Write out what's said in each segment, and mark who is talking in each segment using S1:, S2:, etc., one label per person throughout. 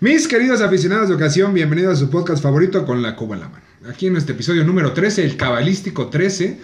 S1: Mis queridos aficionados de ocasión, bienvenidos a su podcast favorito con la Cuba en la mano. Aquí en este episodio número 13, el cabalístico 13,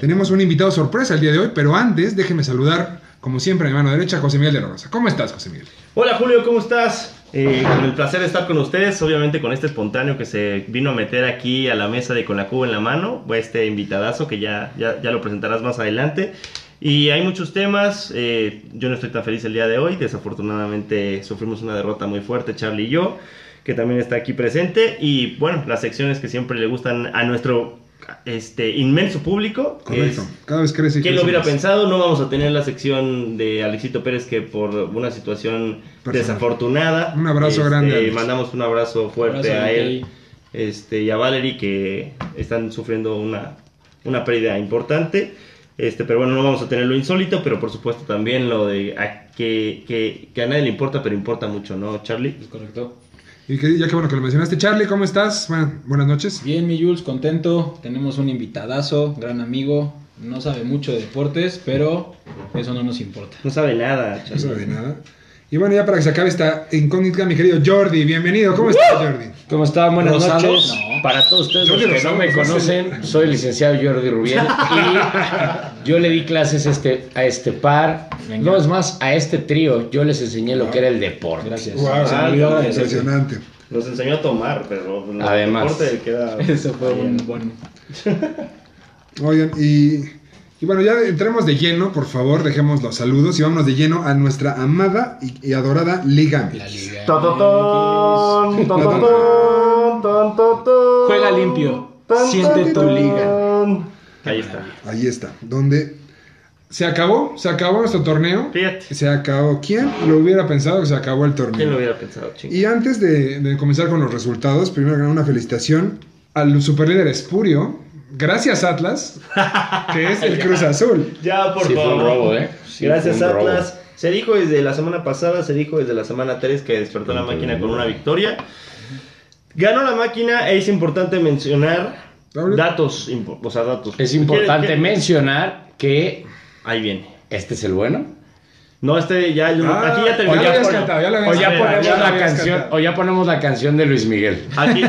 S1: tenemos un invitado sorpresa el día de hoy, pero antes déjeme saludar, como siempre, a mi mano derecha, José Miguel de la Rosa. ¿Cómo estás, José Miguel?
S2: Hola Julio, ¿cómo estás? Eh, con el placer de estar con ustedes, obviamente con este espontáneo que se vino a meter aquí a la mesa de Con la Cuba en la mano, este invitadazo que ya, ya, ya lo presentarás más adelante. Y hay muchos temas, eh, yo no estoy tan feliz el día de hoy, desafortunadamente sufrimos una derrota muy fuerte, Charlie y yo, que también está aquí presente, y bueno, las secciones que siempre le gustan a nuestro este inmenso público.
S1: Correcto.
S2: es-
S1: Cada vez crece y
S2: ¿Quién
S1: crece
S2: lo hubiera
S1: más.
S2: pensado? No vamos a tener la sección de Alexito Pérez que por una situación
S1: Personal.
S2: desafortunada.
S1: Un abrazo
S2: este,
S1: grande, Alex.
S2: Mandamos un abrazo fuerte
S3: Abrazo,
S2: a él
S3: Valery.
S2: este, y a Valerie que están sufriendo una, una pérdida importante. Este, pero bueno, no vamos a tener lo insólito, pero por supuesto también lo de a- que, que, que a nadie le importa, pero importa mucho, ¿no, Charlie?
S3: Es correcto.
S1: Y que, ya que bueno que lo mencionaste, Charlie, ¿cómo estás? Bueno, buenas noches.
S3: Bien, mi Jules, contento. Tenemos un invitadazo, gran amigo. No sabe mucho de deportes, pero eso no nos importa.
S2: No sabe nada, Charlie.
S1: Eso de nada. Y bueno, ya para que se acabe esta incógnita, mi querido Jordi, bienvenido. ¿Cómo estás, Jordi?
S4: ¿Cómo están? Buenas
S3: ¿Rosado?
S4: noches.
S3: No.
S4: Para todos ustedes los
S1: Jordi
S4: que
S1: Rosado,
S4: no me
S1: ¿no?
S4: conocen, soy el licenciado Jordi Rubiel y yo le di clases este, a este par,
S3: Venga.
S4: no es más, a este trío, yo les enseñé lo que era el deporte.
S3: Gracias.
S1: Guau,
S3: Se me
S2: ah,
S3: olvidó
S2: gracias.
S3: agradecerte.
S1: Impresionante.
S2: Nos enseñó a tomar, pero el
S4: Además.
S2: deporte queda-
S3: Eso fue un buen.
S1: Oigan, y, y bueno, ya entremos de lleno, por favor, dejemos los saludos y vámonos de lleno a nuestra amada y, y adorada Liga.
S3: La liga.
S2: Tototón, tototón, tototón.
S4: Juega limpio.
S2: Tan,
S4: Siente
S2: tan,
S4: tu
S2: tan.
S4: liga.
S2: Ahí está.
S1: Ahí está, donde se acabó, se acabó nuestro torneo.
S2: Fíjate.
S1: Se acabó. ¿Quién lo hubiera pensado que se acabó el torneo?
S2: ¿Quién lo hubiera pensado, ching?
S1: Y antes de, de comenzar con los resultados, primero una felicitación al superlíder espurio. Gracias Atlas, que es el Cruz Azul.
S2: Ya, por
S4: Sí, fue
S2: favor.
S4: un robo, ¿eh? Sí,
S2: Gracias,
S4: fue un robo.
S2: Atlas. Se dijo desde la semana pasada, se dijo desde la semana 3 que despertó la máquina con una victoria. Ganó la máquina, e es importante mencionar
S1: Pablo.
S2: datos, impo- o sea, datos.
S4: Es
S2: ¿Quieres-
S4: importante
S2: quieres?
S4: mencionar que
S2: Ahí viene.
S4: este es el bueno.
S2: No, este ya, el-
S1: Ah,
S2: aquí ya
S1: o ya
S2: terminamos.
S1: lo habías
S2: con-
S1: cantado, ya lo
S4: O
S1: habías
S4: ya
S2: A ver,
S4: ponemos
S1: ya lo
S4: la
S1: habías
S4: canción,
S1: cantado.
S4: o ya ponemos la canción de Luis Miguel.
S2: Aquí,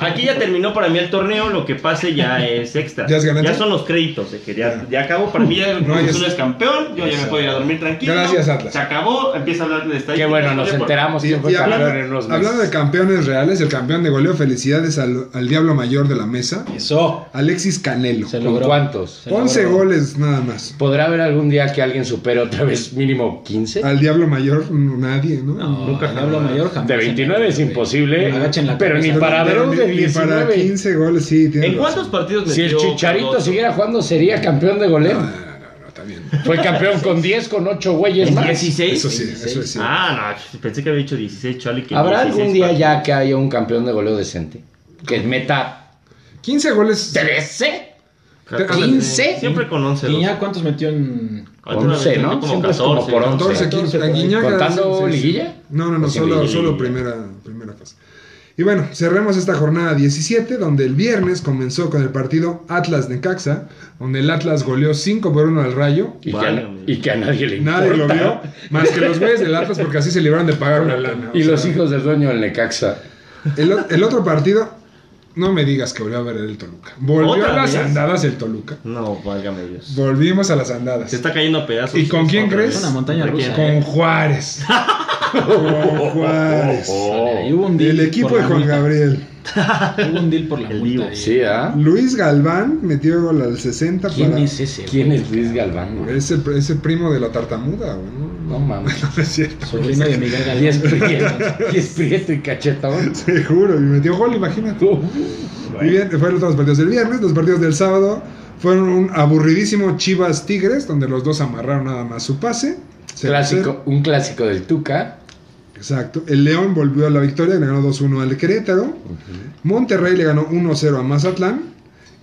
S2: aquí ya terminó para mí el torneo, lo que pase ya es extra.
S1: ¿Ya es ganancia?
S2: son los créditos, de que ya, ya acabó. Para mí ya el
S1: No,
S2: Cruz
S1: ya
S2: Azul
S1: es-
S2: es campeón, yo ya me puedo ir a dormir tranquilo.
S1: Gracias, Atlas.
S2: Se acabó, empieza a hablar de estadísticas.
S4: Qué bueno, nos
S2: Oye, por-
S4: enteramos
S1: Y-
S4: que fue
S1: y hablando,
S4: campeón en unos meses.
S1: hablando de campeones reales, el campeón de goleo, felicidades al, al diablo mayor de la mesa,
S3: Eso.
S1: Alexis Canelo.
S3: Se
S4: ¿Con
S3: logró.
S4: cuántos?
S3: Se logró.
S1: 11 goles nada más.
S4: ¿Podrá haber algún día que alguien supere otra vez mínimo 15?
S1: Al diablo mayor no, nadie, ¿no?
S3: No,
S2: Nunca
S3: Nunca hablo
S2: jamás.
S3: mayor jamás.
S4: De 29 es imposible,
S3: Agachen la
S4: pero
S3: cabeza.
S4: ni para ver
S1: Pero
S4: un de
S1: ni- ni para
S4: 19.
S1: 15 goles, sí. tiene
S2: ¿En
S1: razón.
S2: cuántos partidos
S4: Si
S2: metió
S4: el Chicharito
S2: Cardoso?
S4: siguiera jugando, sería campeón de goleo.
S1: No, no, no, no, está bien.
S4: Fue campeón con 10, con 8 güeyes
S2: ¿En
S4: más.
S2: 16?
S1: Eso sí, eso sí.
S2: Ah, no, pensé que había dicho 16, Charlie. Que
S4: ¿Habrá
S2: 16
S4: algún día
S2: partidos.
S4: ya que haya un campeón de goleo decente? Que meta
S1: 15 goles.
S4: 13.
S2: Catorce.
S4: 15?
S2: Siempre con 11. los-
S3: Guiñac, ¿cuántos metió en.?
S2: Alguna vez
S4: 11, ¿no?
S2: metió Como
S4: Siempre es
S2: 14.
S4: como por
S2: ¿no?
S1: 14, 15.
S3: por ahí.
S1: Guiñac era-
S4: ¿Contando liguilla?
S1: No, no, no,
S4: ¿O sin
S1: solo,
S4: liguilla?
S1: solo primera, primera fase. Y bueno, cerremos esta jornada 17, donde el viernes comenzó con el partido Atlas Necaxa, donde el Atlas goleó 5 por 1 al Rayo.
S4: Y, que a,
S2: Válgame.
S4: y que a nadie le importa.
S1: Nadie lo vio, más que los güeyes del Atlas, porque así se libraron de pagar una lana. o
S4: Y
S1: sea,
S4: los hijos del dueño del Necaxa.
S1: El, o- el otro partido, no me digas que volvió a ver el Toluca. Volvió
S2: ¿Otra
S1: a las
S2: vez?
S1: andadas el Toluca.
S2: No, válgame Dios.
S1: Volvimos a las andadas.
S2: Se está ¿eh? cayendo a pedazos.
S1: ¿Y con quién
S2: Otra
S1: crees?
S2: vez.
S1: Una
S3: montaña
S2: ¿De
S3: rusa.
S1: Con
S2: quién?
S1: Juárez. Con Juárez.
S4: Oh.
S3: Ahí hubo un deal
S1: El equipo
S3: por
S1: de
S3: la
S1: Juan
S3: multa.
S1: Gabriel.
S3: Hubo un deal por la
S2: El
S3: multa.
S2: Divo.
S3: ahí.
S4: Sí, ¿ah?
S1: Luis Galván metió gol al 60
S3: ¿Quién
S1: para...
S3: es ese?
S4: ¿Quién es Luis Galván? güey?
S1: Es el, es el primo de la tartamuda, güey, ¿no?
S4: No mames.
S1: No es cierto.
S3: Sobrino de Miguel
S4: Y
S3: Galias.
S4: es prieto, y es prieto y cachetón.
S1: Te juro, y metió gol, imagínate. Y bien, fueron los dos partidos del viernes, los partidos del sábado. Fueron un aburridísimo Chivas Tigres, donde los dos amarraron nada más su pase. Cero,
S4: Clásico, un clásico del Tuca.
S1: cero. Exacto. El León volvió a la victoria, le ganó 2-1 al Querétaro. Monterrey le ganó 1-0 a Mazatlán.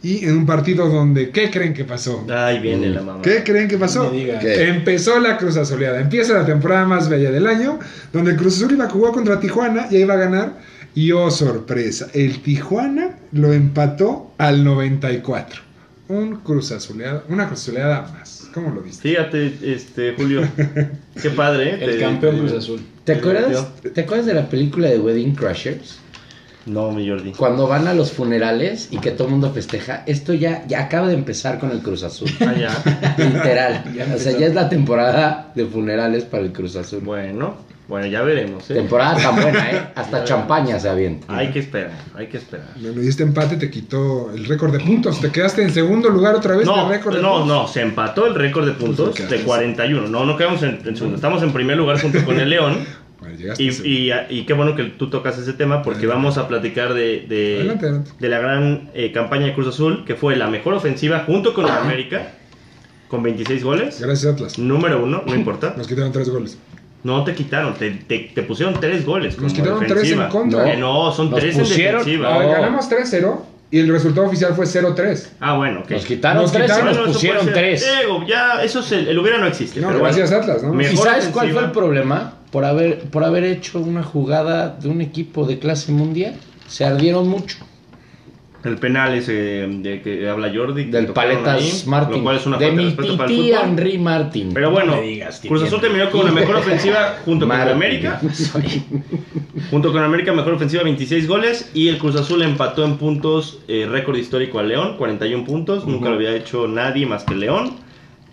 S1: Y en un partido donde, ¿qué creen que pasó?
S2: Ay, viene la mamá.
S1: ¿Qué creen que pasó?
S3: No me digas.
S4: ¿Qué?
S1: Empezó la Cruz Azuleada. Empieza la temporada más bella del año, donde el Cruz Azul iba a jugar contra Tijuana y iba a ganar. Y oh, sorpresa, el Tijuana lo empató al 94. Un Cruz Azuleada, una Cruz Azuleada más. ¿Cómo lo viste?
S2: Fíjate, este, Julio. Qué padre, ¿eh?
S3: El
S2: Te-
S3: campeón
S2: te-
S3: Cruz Azul.
S4: ¿Te acuerdas, ¿Te acuerdas de la película de Wedding Crashers?
S2: No, mi Jordi.
S4: Cuando van a los funerales y que todo el mundo festeja, esto ya, ya acaba de empezar con el Cruz Azul.
S2: Ah, ya.
S4: Literal.
S3: Ya
S4: o sea,
S3: empezó.
S4: ya es la temporada de funerales para el Cruz Azul.
S2: Bueno, bueno, ya veremos, ¿eh?
S4: Temporada tan buena, ¿eh? Hasta champaña se avienta.
S2: Hay que esperar, hay que esperar.
S1: Bueno, y este empate te quitó el récord de puntos. Te quedaste en segundo lugar otra vez
S2: No,
S1: del récord de
S2: no,
S1: puntos.
S2: no, se empató el récord de puntos
S1: Pues, ok.
S2: de 41. No, no quedamos en, en segundo. Estamos en primer lugar junto con el León.
S1: Bueno, llegaste
S2: Y,
S1: en segundo.
S2: y- y qué bueno que tú tocas ese tema porque
S1: Adelante.
S2: vamos a platicar de, de,
S1: Adelante, adelante.
S2: de la gran eh, campaña de Cruz Azul, que fue la mejor ofensiva junto con el América, con 26 goles.
S1: Gracias, Atlas.
S2: Número uno, no importa.
S1: Nos quitaron tres goles.
S2: No te quitaron, te, te- te pusieron tres goles.
S1: Nos
S2: como
S1: quitaron tres
S2: defensiva.
S1: en contra.
S2: Eh, No, son
S4: Nos
S2: tres en
S4: pusieron-
S2: defensiva.
S1: A ver,
S4: No.
S1: ganamos 3-0 y el resultado oficial fue 0-3.
S2: Ah, bueno, ok.
S4: Nos quitaron
S1: Nos
S4: tres
S1: quitaron-
S4: y
S2: Bueno,
S4: nos
S2: eso
S4: pusieron
S2: puede ser.
S4: tres.
S2: Digo, ya, eso es el, el hubiera no existe.
S1: No,
S2: pero
S1: gracias
S2: bueno.
S1: Atlas, ¿no?
S2: Me-
S4: ¿Y
S2: Mejor
S4: sabes cuál
S2: ofensiva.
S4: fue el problema? Por haber, por haber hecho una jugada de un equipo de clase mundial. Se ardieron mucho.
S2: El penal ese de que habla Jordi. que
S4: Del
S2: tocaron
S4: Paletas
S2: ahí,
S4: Martín.
S2: Lo cual es una
S4: de
S2: falta de
S4: mi
S2: respeto para el
S4: tití
S2: fútbol.
S4: Henry Martín.
S2: Pero bueno,
S3: No me digas, tití
S2: Cruz Azul
S3: Henry.
S2: terminó con la mejor ofensiva junto con
S4: Martín.
S2: América. Junto con América, mejor ofensiva, 26 goles. Y el Cruz Azul empató en puntos, eh, récord histórico al León, 41 puntos. Nunca lo había hecho nadie más que León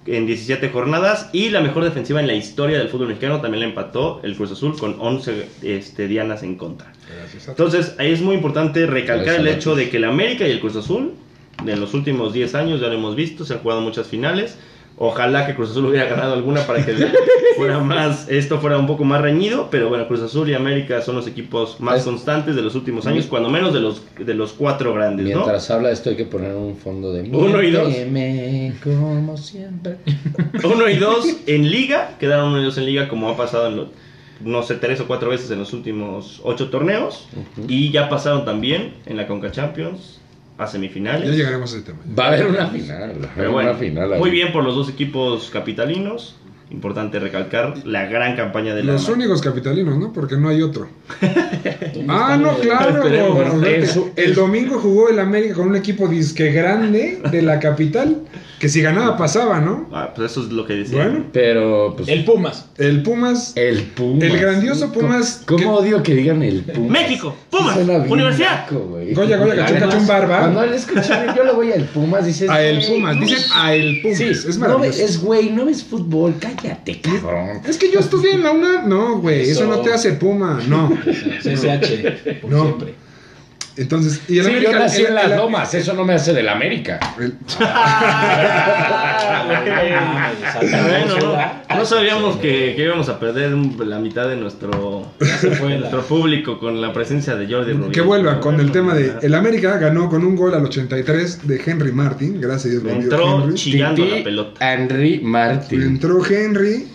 S2: en 17 jornadas. Y la mejor defensiva en la historia del fútbol mexicano también la empató el Cruz Azul con 11 este, dianas en contra.
S1: Gracias, Atlas.
S2: Entonces, ahí es muy importante recalcar
S4: Gracias,
S2: el hecho
S4: Alexis.
S2: de que el América y el Cruz Azul, en los últimos 10 años, ya lo hemos visto, se han jugado muchas finales. Ojalá que Cruz Azul hubiera ganado alguna para que fuera más, esto fuera un poco más reñido, pero bueno, Cruz Azul y América son los equipos más
S4: Es-
S2: constantes de los últimos años, cuando menos de los de los cuatro grandes, ¿no?
S4: Mientras habla de esto hay que poner un fondo de
S2: Uno y dos.
S4: Miénteme como siempre.
S2: Uno y dos en liga, quedaron uno y dos en liga como ha pasado en los, no sé, tres o cuatro veces en los últimos ocho torneos. Y ya pasaron también en la Conca Champions a
S1: Ya
S2: semifinales.
S1: llegaremos a ese tema.
S4: Va a haber una final. va a haber
S2: Pero bueno,
S4: una final ahí.
S2: muy bien por los dos equipos capitalinos. Importante recalcar la gran campaña de la
S1: Los únicos capitalinos, ¿no? Porque no hay otro.
S3: ¿Dónde
S1: Ah,
S3: están
S1: no,
S3: los-
S1: claro.
S2: Esperemos,
S1: bueno,
S2: ¿no?
S1: vete.
S4: Eso-
S1: el domingo jugó el América con un equipo disque grande de la capital, que si ganaba pasaba, ¿no?
S2: Ah, pues eso es lo que decía.
S1: Bueno,
S4: Pero pues
S3: El Pumas.
S1: el Pumas,
S4: el Pumas.
S1: el grandioso Pumas
S4: ¿Cómo, cómo
S1: que-
S4: odio que digan el Pumas?
S2: México, Pumas,
S4: Suena bien
S2: Universidad.
S4: naco, güey.
S1: Goya, Goya, Cachón,
S4: Además,
S1: Cachón, Barba.
S4: Cuando le escuché, yo le voy al Pumas, dices.
S1: a el
S4: "Güey,
S1: Pumas,
S4: no
S1: dicen
S2: "Ah,
S4: ves-
S1: a el Pumas,
S4: Sí,
S1: es
S4: no ves-
S1: maravilloso.
S4: es güey, no ves fútbol, cállate, cabrón.
S1: Es que yo estudié en la una, no, güey, eso.
S3: Eso.
S1: no te hace Puma, no.
S3: CCH. Por
S1: No.
S3: siempre.
S1: Entonces, y el
S4: Sí, yo
S1: América
S4: nací
S1: el-
S4: en las
S1: el-
S4: lomas, eso no me hace del América.
S1: el-
S3: Ah, güey,
S2: Bueno,
S3: Santa Úrsula.
S2: no, no sabíamos que, que íbamos a perder la mitad de nuestro,
S3: Se fue la-
S2: nuestro público con la presencia de Jordi Rubio.
S1: que vuelva con el tema de el América ganó con un gol al 83 de Henry Martin, gracias a Dios
S2: Me
S1: volvió
S2: entró
S1: Henry.
S2: chillando
S4: Titi
S2: la pelota.
S4: Henry Martin.
S1: Entró Henry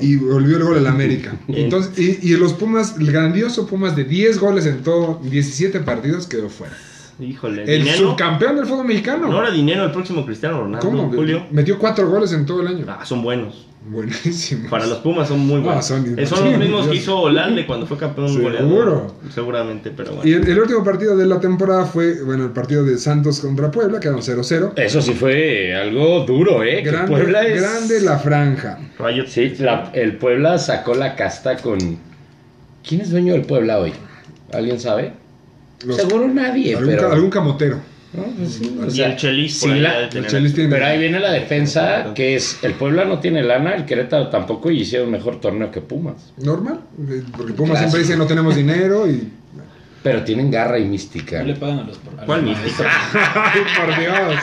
S1: y volvió el gol al América. Entonces, y, y los Pumas, el grandioso Pumas de 10 goles en todo, 17 partidos quedó fuera.
S2: Híjole,
S1: El
S2: dinero.
S1: subcampeón del fútbol mexicano.
S2: No era dinero el próximo Cristiano Ronaldo,
S1: ¿Cómo?
S2: Julio.
S1: Metió 4 goles en todo el año.
S2: Ah, son buenos.
S1: Buenísimo.
S2: Para los Pumas son muy
S1: No,
S2: buenos.
S1: Ah, son-
S2: Eh, son, los mismos que hizo Olalde cuando fue campeón
S1: Seguro.
S2: goleador. Seguramente, pero bueno.
S1: Y el, el último partido de la temporada fue, bueno, el partido de Santos contra Puebla, quedaron 0-0.
S4: Eso sí fue algo duro, ¿eh? Que
S1: Grande,
S4: Puebla es-
S1: grande la franja.
S2: Rayos.
S4: Sí, la- el Puebla sacó la casta con. ¿Quién es dueño del Puebla hoy? ¿Alguien sabe?
S1: Los-
S4: Seguro nadie,
S1: algún,
S4: pero.
S1: ca- algún camotero.
S4: No, pues sí, o
S2: Y
S4: sea,
S2: el Chelis.
S4: sí, la-
S1: el Chelis tiene-
S4: Pero ahí viene la defensa, que es el Puebla no tiene lana, el Querétaro tampoco, y hicieron mejor torneo que Pumas.
S1: Normal, eh, porque Pumas
S4: Clásico.
S1: siempre dice no tenemos dinero y...
S4: Pero tienen garra y mística.
S3: No le pagan a los por- a los
S2: ¿Cuál
S3: maestros.
S1: ¡Ay, por Dios!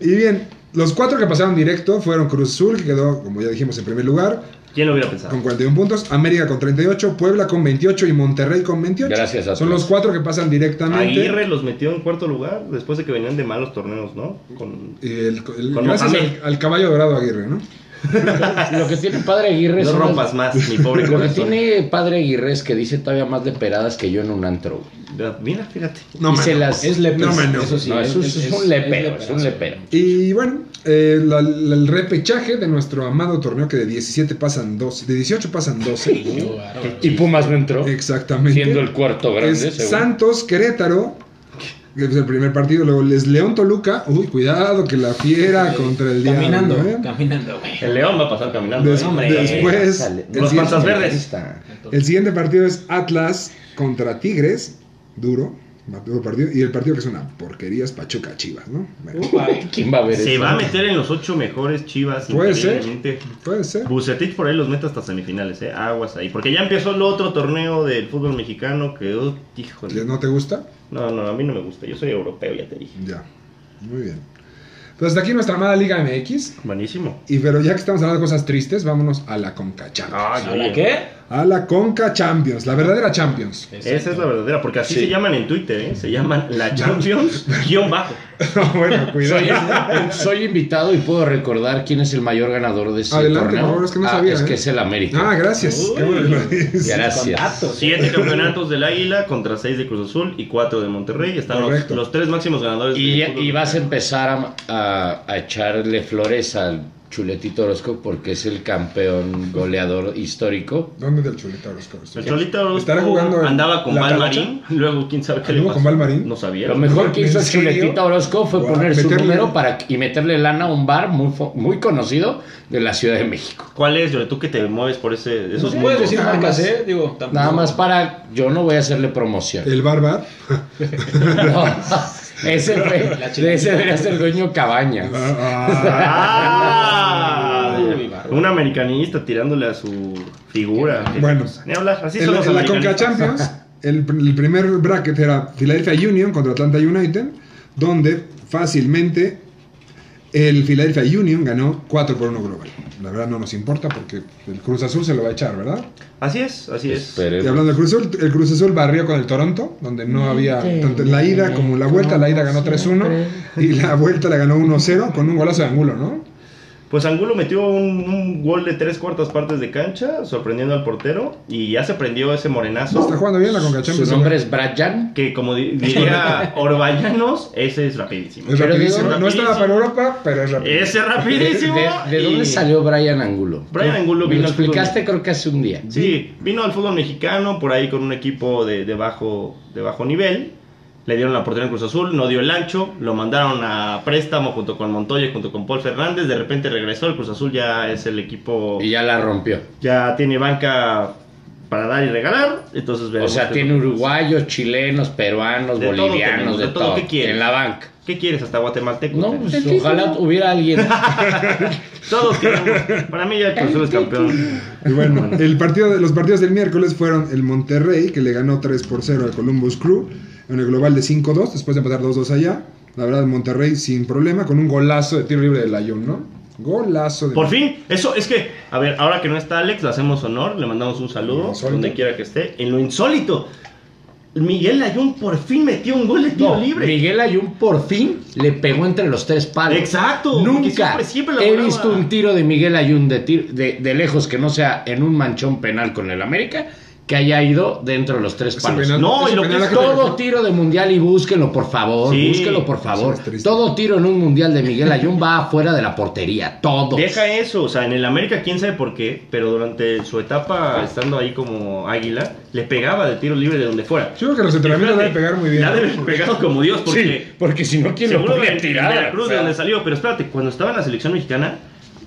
S1: Y bien, los cuatro que pasaron directo fueron Cruz Azul, que quedó, como ya dijimos, en primer lugar,
S2: ¿Quién lo hubiera pensado?
S1: con 41 puntos, América con 38, Puebla con 28 y Monterrey con 28.
S4: Gracias a
S1: Son
S4: todos.
S1: los cuatro que pasan directamente.
S2: Aguirre los metió en cuarto lugar después de que venían de malos torneos, ¿no? Con...
S1: El- el-
S2: Con
S1: gracias
S2: Mohamed.
S1: al, al caballo dorado Aguirre, ¿no?
S4: Lo que tiene padre Aguirre
S2: No
S4: son
S2: rompas
S4: las-
S2: más, mi pobre
S4: Lo que
S2: corazón.
S4: tiene padre Aguirre es que dice todavía más leperadas que yo en un antro, güey.
S2: Mira, fíjate.
S1: No,
S4: y se
S1: man.
S4: las...
S3: Es lepero.
S1: No, man, no.
S3: Eso sí,
S4: No, es, un- es un lepero, es un lepero.
S1: Y bueno, eh, la- la- el repechaje de nuestro amado torneo que de 17 pasan 12, de 18 pasan 12.
S4: Y Pumas no entró,
S1: Exactamente.
S4: siendo el cuarto grande,
S1: es
S4: según.
S1: Santos Querétaro. Que es el primer partido, luego les León Toluca. Uy, cuidado que la fiera contra el diablo.
S3: eh, Caminando,
S1: ¿eh?
S3: caminando, güey.
S2: El león va a pasar caminando.
S1: Des-
S2: ¿eh?
S3: hombre.
S1: después,
S4: Sale.
S1: el
S2: Los
S1: siguiente-
S2: panzas verdes.
S4: Está.
S1: El siguiente partido es Atlas contra Tigres. Duro. duro partido. Y el partido que es una porquería es Pachuca Chivas, ¿no? Bueno,
S3: eh.
S4: ¿Quién va a ver
S2: Se
S4: eso?
S2: va a meter en los ocho mejores chivas.
S1: Puede ser.
S2: increíblemente.
S1: puede ser.
S2: Bucetich por ahí los mete hasta semifinales, ¿eh? Aguas ahí. Porque ya empezó el otro torneo del fútbol mexicano que, oh, híjole.
S1: ¿No te gusta?
S2: No, no, a mí no me gusta. Yo soy europeo, ya te dije.
S1: Ya. Muy bien. Pues hasta aquí nuestra amada Liga MX.
S2: Buenísimo.
S1: Y pero ya que estamos hablando de cosas tristes, vámonos a la Conca Champions.
S4: Ah,
S2: Ay,
S3: ¿A
S2: oye.
S3: la qué?
S1: A la Conca Champions, la verdadera Champions.
S2: Esa es la verdadera, porque así
S4: Sí.
S2: se llaman en Twitter, ¿eh? Se llaman la Champions guión bajo.
S1: bueno,
S4: Soy,
S1: cuidado.
S4: soy invitado y puedo recordar quién es el mayor ganador de ese
S1: Adelante,
S4: torneo.
S1: por favor, es que no
S4: Ah,
S1: sabía,
S4: Es
S1: ¿eh?
S4: que es el América.
S1: Ah, gracias. Qué
S3: Uy.
S1: bueno que lo dices.
S4: Gracias.
S3: Contactos.
S2: Siete campeonatos del Águila contra seis de Cruz Azul y cuatro de Monterrey. Están los,
S1: Correcto.
S2: los tres máximos ganadores.
S4: Y,
S2: del fútbol
S4: y vas a
S2: mexicano.
S4: empezar a, a- a echarle flores al Chuletito Orozco porque es el campeón goleador histórico.
S1: ¿Dónde del chuleta Orozco?
S2: El Cholita Orozco
S1: ¿Estará jugando en
S2: andaba con
S1: la
S2: Valmarín. Luego, quién sabe qué le
S1: ¿Anduvo
S2: pasó.
S1: con Valmarín?
S2: No sabía.
S4: Lo mejor que hizo
S1: ¿En
S4: el
S1: serio?
S4: Chuletito Orozco fue
S1: Guau,
S4: poner su
S1: meterle-
S4: número para, y meterle lana a un bar muy, fo- muy conocido de la Ciudad de México.
S2: ¿Cuál es, Yore? Tú que te mueves por ese, esos
S3: Nos puedes
S2: mundos. Ah,
S3: decir
S1: Nada
S3: marcas,
S1: más.
S3: ¿eh? Digo, tampoco.
S4: Nada más para. Yo no voy a hacerle promoción.
S1: El Barbar.
S4: No, ese, fue-
S3: La
S4: de ese debería ser dueño Cabañas.
S1: Ah,
S2: ¡Ah!
S3: Uy, bárbaro.
S2: un americanista tirándole a su figura.
S1: Bueno.
S2: Ni hablar, así
S1: en,
S2: son
S1: la-
S2: los
S1: en la Conca
S2: americanistas.
S1: Champions, el, el primer bracket era Philadelphia Union contra Atlanta United, donde fácilmente el Philadelphia Union ganó 4 por 1 global. La verdad no nos importa porque el Cruz Azul se lo va a echar, ¿verdad?
S2: Así es, así es.
S1: Y
S4: Esperemos.
S1: hablando del Cruz Azul, el Cruz Azul barrió con el Toronto, donde no había tanto en la ida como en la vuelta. La ida ganó 3-1 y la vuelta la ganó 1-0 con un golazo de Angulo, ¿no?
S2: Pues Angulo metió un, un gol de tres cuartas partes de cancha, sorprendiendo al portero, y ya se prendió
S1: Está
S2: ese morenazo.
S1: jugando bien la Conca
S4: Su
S1: Champions.
S4: nombre es Brayan.
S2: Que como di- diría Orbañanos, ese es rapidísimo.
S1: Es
S4: Pero
S1: rapidísimo.
S4: digo-
S1: no estaba para Europa, pero es rapidísimo.
S2: Ese es rapidísimo.
S4: ¿De, de dónde
S2: y-
S4: salió Brian Angulo?
S2: Brian Angulo
S4: Me
S2: vino
S4: lo
S2: al fútbol.
S4: explicaste creo que hace un día.
S2: Sí, vino al fútbol mexicano por ahí con un equipo de, de bajo, de bajo nivel. Le dieron la oportunidad en Cruz Azul, no dio el ancho, lo mandaron a préstamo junto con Montoya, y junto con Paul Fernández. De repente regresó, el Cruz Azul ya es el equipo,
S4: Y ya la rompió.
S2: ya tiene banca para dar y regalar. Entonces
S4: O
S2: veremos
S4: sea,
S2: qué-
S4: tiene uruguayos, chilenos, peruanos,
S2: De todo
S4: bolivianos,
S2: tenemos,
S4: de,
S2: de todo
S4: todo.
S2: que quieres.
S4: en la banca.
S2: ¿Qué quieres hasta guatemalteco?
S4: No,
S2: Usted?
S4: pues ojalá hubiera alguien.
S2: Todos queremos. Para mí ya el Cruz Azul es campeón.
S1: Y bueno, el partido de, los partidos del miércoles fueron el Monterrey, que le ganó 3 por 0 al Columbus Crew, en el global de 5-2, después de empatar 2-2 allá. La verdad, Monterrey sin problema, con un golazo de tiro libre de Layón, ¿no? Golazo de.
S2: Por fin, eso es que, a ver, ahora que no está Alex, le hacemos honor, le mandamos un
S1: Lo
S2: saludo,
S1: insólito.
S2: donde quiera que esté, en lo insólito. Miguel Ayun por fin metió un gol de tiro
S4: No,
S2: libre.
S4: Miguel Ayun por fin le pegó entre los tres palos.
S2: Exacto, porque
S4: Nunca
S2: siempre, siempre la
S4: he
S2: volaba.
S4: visto un tiro de Miguel Ayun de, tir- de, de lejos que no sea en un manchón penal con el América que haya ido dentro de los tres
S1: Ese
S4: palos.
S1: penal-
S2: No,
S1: ese
S2: y lo
S1: penal
S2: que es
S1: la gente
S4: Todo
S1: le-
S4: tiro de mundial y búsquenlo, por favor.
S2: Sí.
S4: Búsquenlo, por favor.
S1: Sí, es triste.
S4: Todo tiro en un mundial de Miguel Ayun va afuera de la portería. Todo.
S2: Deja eso, o sea, en el América quién sabe por qué, pero durante su etapa estando ahí como águila, le pegaba de tiro libre de donde fuera.
S1: Yo creo que los entrenamientos deben pegar muy bien.
S2: La debe haber pegado como Dios, porque
S4: porque si no, ¿quién
S2: Seguro en- en Veracruz,
S4: O
S2: de
S4: sea,
S2: donde salió. Pero espérate, cuando estaba en la selección mexicana,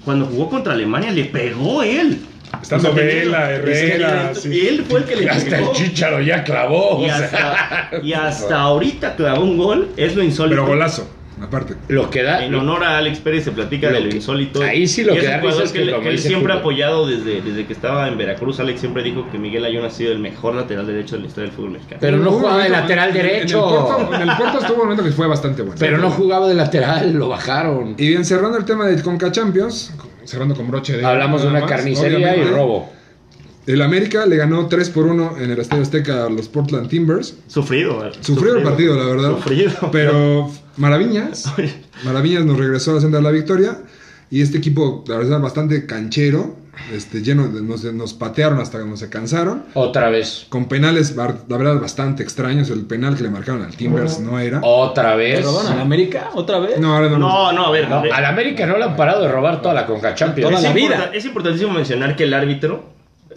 S2: cuando jugó contra Alemania, le pegó él.
S1: Estando
S2: tenía-
S1: Vela, Herrera,
S2: es que
S1: sí.
S2: Él fue el que le
S4: hasta
S2: pegó.
S4: el chicharo ya clavó.
S2: y,
S4: o sea.
S2: hasta, y hasta ahorita clavó un gol. Es lo insólito.
S1: Pero golazo, aparte.
S4: Lo que da.
S2: En honor a Alex Pérez se platica
S4: Lo
S2: de lo
S4: que-
S2: insólito.
S4: ahí sí lo
S2: Y
S4: que
S2: es un
S4: da risa
S2: jugador
S4: es que
S2: que, él-
S4: como
S2: que él
S4: dice
S2: siempre ha
S4: Julio.
S2: apoyado desde, desde que estaba en Veracruz. Alex siempre dijo que Miguel Ayun ha sido el mejor lateral derecho de la historia del fútbol mexicano.
S4: Pero no
S1: Hubo un
S4: jugaba de
S1: momento-
S4: lateral
S1: en el- En el,
S4: derecho.
S1: Porto, en el Porto estuvo un momento que fue bastante bueno.
S4: Pero no jugaba de lateral, lo bajaron.
S1: Y bien, cerrando el tema del Conca Champions, cerrando con broche de.
S4: Hablamos de
S1: nada
S4: una
S1: más,
S4: carnicería y
S1: obviamente.
S4: robo.
S1: El América le ganó 3 por 1 en el Estadio Azteca a los Portland Timbers.
S2: Sufrido. eh.
S1: Sufrió el partido, la verdad.
S2: Sufrido.
S1: Pero Maraviñas, Maraviñas nos regresó a la senda de la victoria. Y este equipo, la verdad, bastante canchero. Este, lleno de- nos, nos patearon hasta que nos se cansaron.
S4: Otra vez.
S1: Con penales, bar- la verdad, bastante extraños. El penal que le marcaron al Timbers no era.
S4: Otra vez.
S3: ¿Pero van a la América otra vez?
S1: No, ahora Oh. no.
S2: No, no, a ver.
S4: No,
S2: eh,
S4: al América no le han parado de robar toda la Conca Champions.
S3: Toda
S2: es
S3: la
S2: importa-
S3: vida.
S2: Es importantísimo mencionar que el árbitro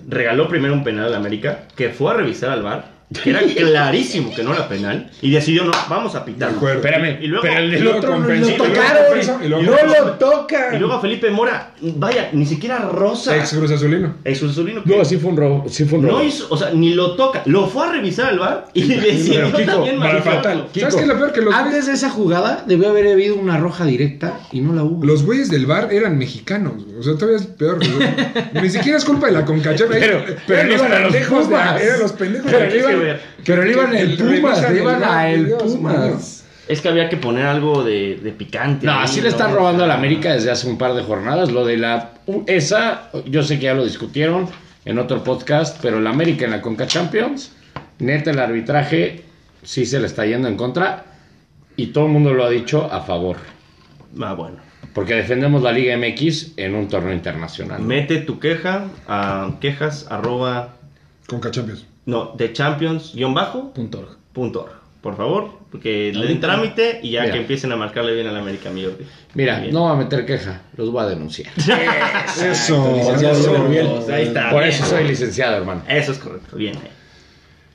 S2: regaló primero un penal al América, que fue a revisar al bar, que era clarísimo que no era penal, y decidió no, vamos a
S1: De
S2: pitarlo.
S1: acuerdo.
S4: Espérame,
S2: Y luego-
S4: pero el
S1: y
S4: del
S1: luego
S4: otro no
S1: compensó,
S4: lo
S1: y luego compensó,
S4: tocaron.
S1: y luego
S4: no
S1: compensó.
S4: lo tocan.
S2: Y luego a Felipe Mora, vaya, ni siquiera rosa.
S1: Ex Cruz Azulino.
S2: Exulsulino.
S4: No, sí fue un robo. Sí fue un robo.
S2: No hizo, o sea, ni lo toca. Lo fue a revisar al bar y decidió
S4: Pero, Kiko,
S2: también
S4: para
S2: marcarlo.
S4: fatal. Kiko.
S1: ¿Sabes qué es lo peor? Que los,
S5: Antes de esa jugada debió haber habido una roja directa y no la hubo.
S1: los güeyes del bar eran mexicanos. güey. O sea, todavía es peor. güey. Ni siquiera es culpa de la concachapa.
S4: Pero- pero
S1: eran los
S4: iban a los
S1: pendejos de-
S4: Pumas.
S1: Eran los pendejos.
S4: Pero
S1: de-
S4: le iban, pero le iban el Pumas, le iban a el
S1: Dios
S4: Pumas.
S2: Es que había que poner algo de, de picante.
S4: No,
S2: ahí,
S4: así le están
S2: ¿no?
S4: robando a la América desde hace un par de jornadas. Lo de la U- esa, yo sé que ya lo discutieron en otro podcast, pero la América en la Conca Champions, neta el arbitraje sí se le está yendo en contra y todo el mundo lo ha dicho a favor,
S2: Ah, bueno.
S4: porque defendemos la Liga MX en un torneo internacional.
S2: Mete tu queja a quejas arroba,
S1: Concachampions.
S2: no, de champions guión bajo
S3: Punto org.
S2: punto org. Por favor, porque le den trámite y ya
S4: Mira.
S2: que empiecen a marcarle bien a la América, mi Jordi.
S4: Mira,
S2: Bien.
S4: no va a meter queja, los voy a denunciar.
S1: Eso.
S3: licenciado
S1: eso.
S3: Gabriel.
S2: O sea, ahí está.
S4: Por
S2: bien.
S4: eso soy licenciado, hermano.
S2: Eso es correcto, bien.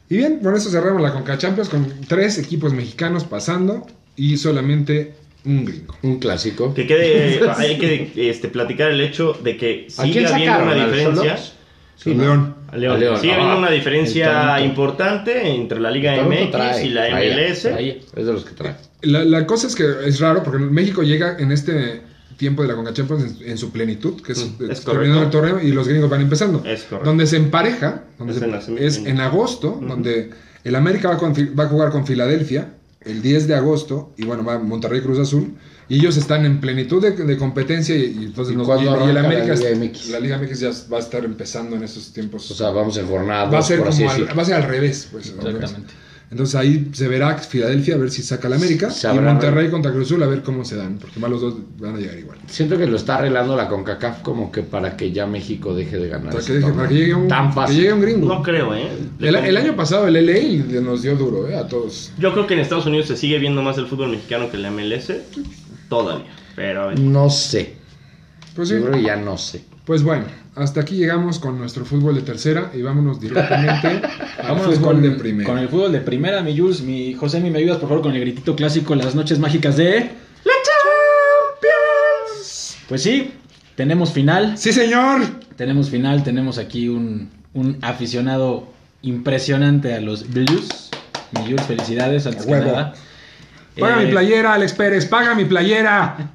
S1: Y bien, por eso cerramos la concachampions con tres equipos mexicanos pasando y solamente un gringo.
S4: Un clásico.
S2: Que quede, hay que este, platicar el hecho de que
S4: ¿A quién
S2: sigue habiendo
S4: sacaron?
S2: una
S4: ¿Al
S2: diferencia.
S4: Solos?
S1: Sí, León.
S2: A León.
S4: A León,
S2: Sigue
S4: ah,
S2: habiendo una
S4: el
S2: diferencia
S4: Toronto.
S2: importante entre la Liga
S4: Toronto
S2: MX
S4: trae,
S2: y la
S4: trae,
S2: MLS.
S4: trae, es de los que trae.
S1: La, la cosa es que es raro porque México llega en este tiempo de la Concachampions en, en su plenitud, que es,
S2: Mm, es
S1: eh, terminando
S2: correcto.
S1: el torneo y los gringos van empezando.
S2: Es correcto.
S1: Donde se empareja, donde
S2: Es
S1: se-
S2: en la semi-
S1: es
S2: en-
S1: en agosto, donde el América va, con Fi- va a jugar con Filadelfia el 10 de agosto y bueno, va Monterrey Cruz Azul y ellos están en plenitud de, de competencia y, y entonces
S4: ¿Y cuándo
S1: el
S4: arranca la
S1: América
S4: Liga
S1: es-
S4: MX?
S1: la Liga MX ya va a estar empezando en esos tiempos.
S4: O sea, vamos en jornada
S1: va a
S4: dos,
S1: ser
S4: por así
S1: como al-
S4: decirlo.
S1: va a ser al revés, pues.
S3: Exactamente.
S1: Entonces ahí se verá Filadelfia a ver si saca la América
S4: Se
S1: y
S4: habrá-
S1: Monterrey contra Cruz Azul a ver cómo se dan, porque más los dos van a llegar igual.
S4: Siento que lo está arreglando la CONCACAF como que para que ya México deje de ganar.
S1: Para que,
S4: ese
S1: deje-
S4: torneo.
S1: para que llegue un,
S4: Tan
S1: que
S4: fácil.
S1: llegue un gringo.
S2: No creo, ¿eh?
S1: el, el año pasado el LA nos dio duro, ¿eh? A todos.
S2: Yo creo que en Estados Unidos se sigue viendo más el fútbol mexicano que la MLS. Todavía. Pero a ver.
S4: No sé.
S1: Pues sí.
S4: Yo creo que ya no sé.
S1: Pues bueno, hasta aquí llegamos con nuestro fútbol de tercera y vámonos directamente al
S3: Vámonos
S1: Ah, fútbol
S3: con,
S1: de primera.
S3: con el fútbol de primera, mi Jules. Mi José, mi, me ayudas por favor con el gritito clásico Las noches mágicas de... ¡La Champions! Pues sí, tenemos final.
S1: ¡Sí, señor!
S3: Tenemos final, tenemos aquí un, un aficionado impresionante a los Blues. Mi Jules, felicidades antes que
S1: Huevo.
S3: nada.
S1: ¡Paga
S3: Eh,
S1: mi playera, Alex Pérez! ¡Paga mi playera!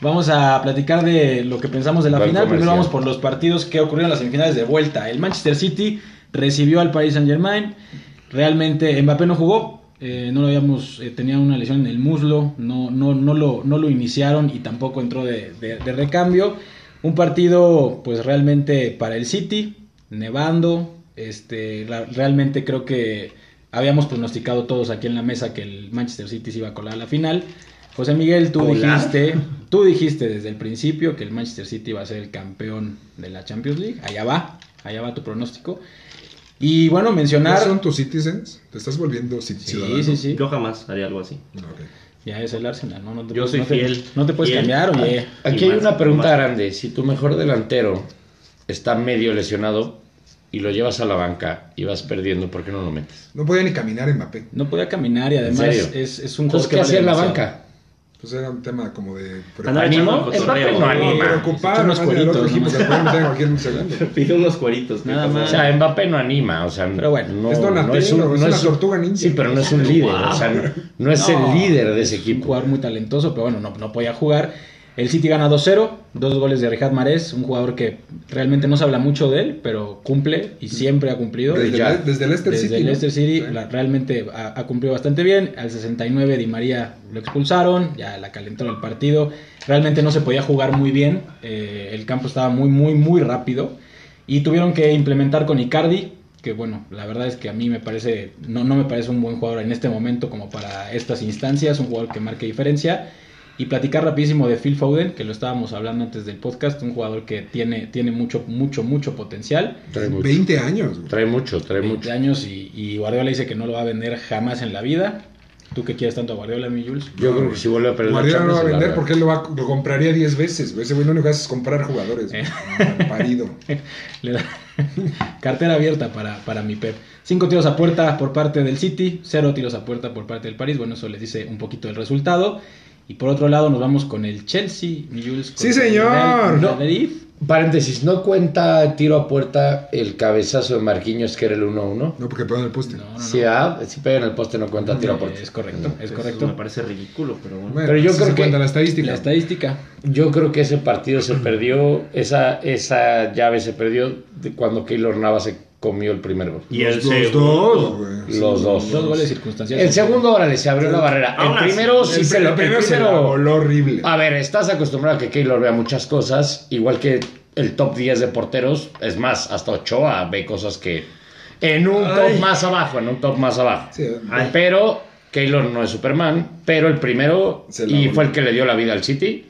S3: Vamos a platicar de lo que pensamos de la
S4: Buen
S3: final. Primero
S4: comercial.
S3: vamos por los partidos que ocurrieron en las semifinales de vuelta. El Manchester City recibió al Paris Saint Germain. Realmente Mbappé no jugó. eh, no lo habíamos, eh, tenía una lesión en el muslo, no, no, no, lo, no lo iniciaron y tampoco entró de, de- de recambio. Un partido, pues realmente para el City, nevando. Este, la- realmente creo que habíamos pronosticado todos aquí en la mesa que el Manchester City se iba a colar a la final. José Miguel, tú
S2: ¿Colar?
S3: dijiste, tú dijiste desde el principio que el Manchester City iba a ser el campeón de la Champions League. Allá va, allá va tu pronóstico. Y bueno,
S1: ¿No
S3: mencionar.
S1: son tus citizens? ¿Te estás volviendo ci- ciudadano?
S3: Sí, sí, sí.
S2: Yo jamás haría algo así.
S1: Ok.
S3: Ya es el Arsenal, ¿no? No te
S2: Yo
S3: puedes-
S2: soy
S3: no te-
S2: fiel.
S3: No te puedes
S2: Fiel.
S3: cambiar, oye.
S4: Aquí
S2: Y
S4: hay
S2: más-
S4: una pregunta
S2: más-
S4: grande. Si tu mejor delantero está medio lesionado y lo llevas a la banca y vas perdiendo, ¿por qué no lo metes?
S1: No podía ni caminar Mbappé.
S3: No podía caminar y además
S4: serio?
S3: es, es un juego
S4: Entonces, ¿qué
S3: que vale
S4: hacía en la
S3: demasiado.
S4: banca?
S1: Pues era un tema como de...
S2: Andaba
S4: ¿Animo?
S2: echando el cotorreo.
S4: Mbappé no
S1: No,
S4: anima.
S1: preocupar,
S3: Unos
S1: más de lo
S3: cueritos,
S1: que dijimos,
S3: nomás.
S1: se pueden meter en cualquier segundo.
S2: Pide unos cueritos. ¿qué
S3: Nada
S2: pasó?
S4: O sea, Mbappé no anima, o sea,
S3: Pero bueno,
S4: no,
S1: es Donatello, es una tortuga ninja.
S4: Sí, pero no es un líder, o sea, no, no es
S3: No,
S4: el líder de ese
S3: Un
S4: equipo.
S3: jugador muy talentoso, pero bueno, no, no podía jugar. El City gana 2-0, dos goles de Rijad Marés, un jugador que realmente no se habla mucho de él, pero cumple y siempre ha cumplido.
S1: Desde,
S4: Ya.
S1: el- desde el Leicester
S3: Desde
S1: City.
S3: el
S1: ¿no?
S3: Leicester City
S1: Sí.
S3: la- realmente ha, ha cumplido bastante bien. Al 69 Di María lo expulsaron, ya la calentaron el partido. Realmente no se podía jugar muy bien. eh, el campo estaba muy, muy, muy rápido. Y tuvieron que implementar con Icardi, que bueno, la verdad es que a mí me parece, no, no me parece un buen jugador en este momento como para estas instancias, un jugador que marque diferencia. Y platicar rapidísimo de Phil Foden, que lo estábamos hablando antes del podcast, un jugador que tiene, tiene mucho, mucho, mucho potencial.
S4: Trae mucho,
S1: 20 años. güey.
S4: trae mucho, trae
S3: 20
S4: mucho.
S3: años y, y Guardiola dice que no lo va a vender jamás en la vida. Tú que quieres tanto a Guardiola, mi Jules.
S4: Yo creo que si vuelve a perder la
S1: Guardiola no
S4: Champions,
S1: va a
S4: se la
S1: vender
S4: da.
S1: porque él lo, va- lo compraría 10 veces. güey. Ese güey lo único que hace es comprar jugadores.
S3: Eh.
S1: güey. Parido.
S3: Le da cartera abierta para, para mi Pep. Cinco tiros a puerta por parte del City, cero tiros a puerta por parte del París. Bueno, eso les dice un poquito el resultado. Y por otro lado nos vamos con el Chelsea, mi Jules. con
S1: Sí,
S3: el
S1: señor.
S3: Real
S4: No.
S3: Madrid.
S4: Paréntesis, no cuenta tiro a puerta el cabezazo de Marquinhos que era el 1-1.
S1: No, porque pegó en el poste.
S3: No, no, no.
S4: Si, da- si pega en el poste no cuenta tiro a
S3: Eh,
S4: puerta.
S3: Es correcto, es
S2: Eso
S3: correcto.
S2: Me parece ridículo, pero bueno.
S1: Bueno,
S4: Pero yo
S1: así
S4: creo
S1: se
S4: que
S1: cuenta la estadística.
S3: La estadística.
S4: Mm. Yo creo que ese partido se perdió, esa, esa llave se perdió de cuando Keylor Navas se comió el primer gol.
S2: Y
S1: Pues Los
S2: el
S1: dos,
S2: segundo.
S1: dos, güey.
S4: Los dos.
S3: Dos goles circunstanciales.
S4: El segundo, órale, se abrió la barrera.
S2: Aún
S4: El
S2: así,
S4: primero
S1: El-
S4: sí se
S1: el
S4: lo Ah, el
S1: primero se la
S4: primero-
S1: voló horrible.
S4: A ver, estás acostumbrado a que Keylor vea muchas cosas, igual que el top 10 de porteros, es más, hasta Ochoa ve cosas que en un top más abajo, en un top más abajo.
S1: Sí,
S2: Ay.
S4: Pero Keylor no es Superman, pero el primero
S1: Se la
S4: y
S1: voló.
S4: fue el que le dio la vida al City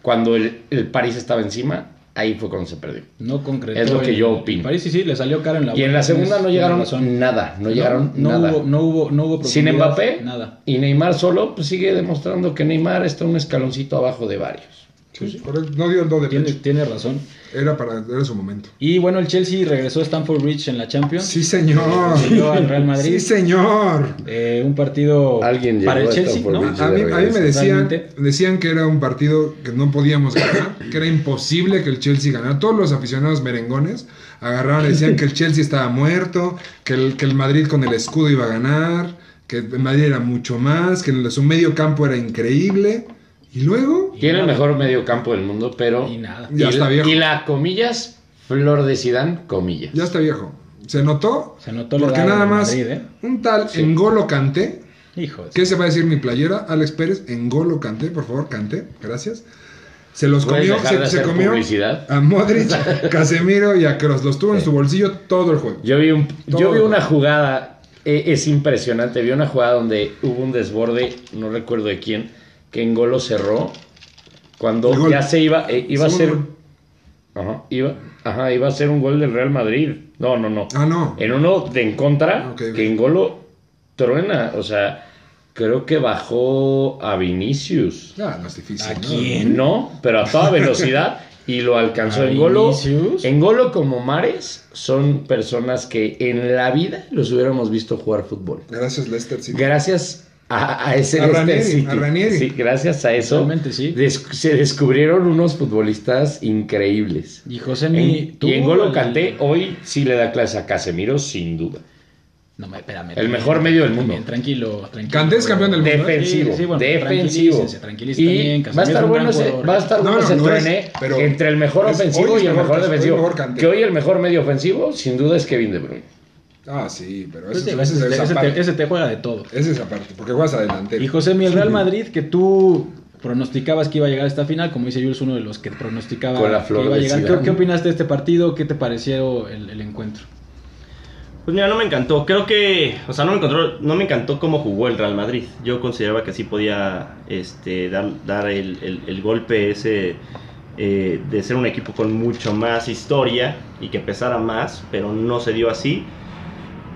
S4: cuando el, el París estaba encima, ahí fue cuando se perdió.
S3: No concretó.
S4: Es lo que
S3: el-
S4: yo opino.
S3: París sí, sí, le salió cara en la
S4: Y en
S3: boca,
S4: la segunda
S3: Ah, tienes
S4: no
S3: toda
S4: llegaron
S3: la razón.
S4: nada, no llegaron
S3: no
S4: nada.
S3: Hubo, no hubo, no hubo
S4: Sin
S3: profundidad,
S4: Mbappé
S3: Nada.
S4: y Neymar solo pues, sigue demostrando que Neymar está un escaloncito abajo de varios.
S1: sí, sí. Por el- No dio el do de
S3: Tiene,
S1: pecho.
S3: tiene razón.
S1: Era, para, era su momento.
S3: Y bueno, el Chelsea regresó a Stamford Bridge en la Champions.
S1: Sí, señor.
S3: Llegó al Real
S1: Sí,
S3: Madrid.
S1: señor.
S3: Eh, un partido
S4: Alguien llegó
S3: para el
S4: a
S3: Chelsea,
S4: Stamford
S3: ¿no?
S4: Bridge.
S1: A mí, a mí me decían,
S3: Totalmente.
S1: decían que era un partido que no podíamos ganar, que era imposible que el Chelsea ganara. Todos los aficionados merengones agarraron y decían que el Chelsea estaba muerto, que el, que el Madrid con el escudo iba a ganar, que el Madrid era mucho más, que el- su medio campo era increíble. Y luego,
S4: Tiene el mejor medio campo del mundo, pero...
S3: Y nada.
S1: Ya
S4: y,
S1: está viejo.
S4: y la comillas, flor de Sidán, comillas.
S1: ya está viejo. Se notó,
S3: Se notó la
S1: porque
S3: edad
S1: nada
S3: del
S1: más
S3: Madrid, ¿eh?
S1: un tal
S4: Sí.
S1: Engolo Canté,
S3: Hijo. de-
S1: ¿qué se va a decir mi playera? Alex Pérez, Engolo Canté, por favor, Canté, gracias. Se los
S4: ¿Puedes
S1: comió,
S4: dejar
S1: se,
S4: de
S1: se
S4: hacer
S1: comió.
S4: publicidad?
S1: a Modric, Casemiro y a Kroos. Los tuvo en
S4: Sí.
S1: su bolsillo todo el juego.
S4: Yo vi, un- yo
S1: Todo.
S4: vi una jugada, e- es impresionante, vi una jugada donde hubo un desborde, no recuerdo de quién, que Engolo cerró
S1: El
S4: cuando
S1: gol.
S4: ya se iba, eh, iba a ser...
S1: Segundo
S4: Ajá, iba, ajá, iba a ser un gol del Real Madrid. No, no, no.
S1: Ah, no.
S4: En uno de en contra,
S1: Ok, ok.
S4: que Engolo truena, o sea, creo que bajó a Vinicius.
S1: Ah, no es difícil.
S3: ¿A
S1: ¿no?
S3: quién?
S4: No, pero a toda velocidad y lo alcanzó
S3: ¿A
S4: Engolo.
S3: Vinicius?
S4: Engolo como Mares son personas que en la vida los hubiéramos visto jugar fútbol.
S1: Gracias, Lester. sí.
S4: Gracias a, a ese
S1: A
S4: Leicester
S1: Ranieri,
S4: City.
S1: a Ranieri.
S4: Sí, gracias a eso
S3: Totalmente, sí.
S4: des- se descubrieron unos futbolistas increíbles.
S3: Y José
S4: En-
S3: tuvo
S4: y Engolo
S3: el-
S4: Kanté hoy sí le da clase a Casemiro, sin duda.
S3: No, me- espérame.
S4: El mejor medio del mundo.
S3: También, tranquilo, tranquilo.
S1: Kanté es campeón del mundo.
S4: Defensivo,
S3: Sí, sí, bueno,
S4: defensivo.
S3: tranquilícense, tranquilícense
S4: Y
S3: también,
S4: va a
S3: Casemiro es
S4: estar
S3: un
S4: bueno
S3: gran
S4: ese,
S3: jugador.
S4: va a estar
S1: No,
S4: bueno
S1: no,
S4: ese
S1: no
S4: tren,
S1: es,
S4: ¿eh?
S1: pero
S4: entre el mejor
S1: es-
S4: ofensivo
S1: hoy es
S4: y el
S1: mejor
S4: mejor
S1: Kanté, hoy es
S4: defensivo.
S1: mejor Kanté.
S4: que hoy el mejor medio ofensivo, sin duda, es Kevin De Bruyne.
S1: Ah, sí, pero eso,
S3: Ese,
S1: es esa
S3: ese- ese te,
S1: parte.
S3: ese te juega de todo.
S1: Esa es esa parte, porque juegas adelante.
S3: Y José, mi el Real Madrid, que tú pronosticabas que iba a llegar a esta final, como dice Jules, uno de los que pronosticaba
S4: Con la flor
S3: que iba a
S4: de
S3: llegar.
S4: Zidane.
S3: ¿Qué, qué opinaste de este partido? ¿Qué te pareció el, el encuentro?
S2: Pues mira, no me encantó. Creo que, o sea, no me encontró, no me encantó cómo jugó el Real Madrid. Yo consideraba que sí podía este, dar, dar el, el- el golpe ese eh, de ser un equipo con mucho más historia y que pesara más, pero no se dio así.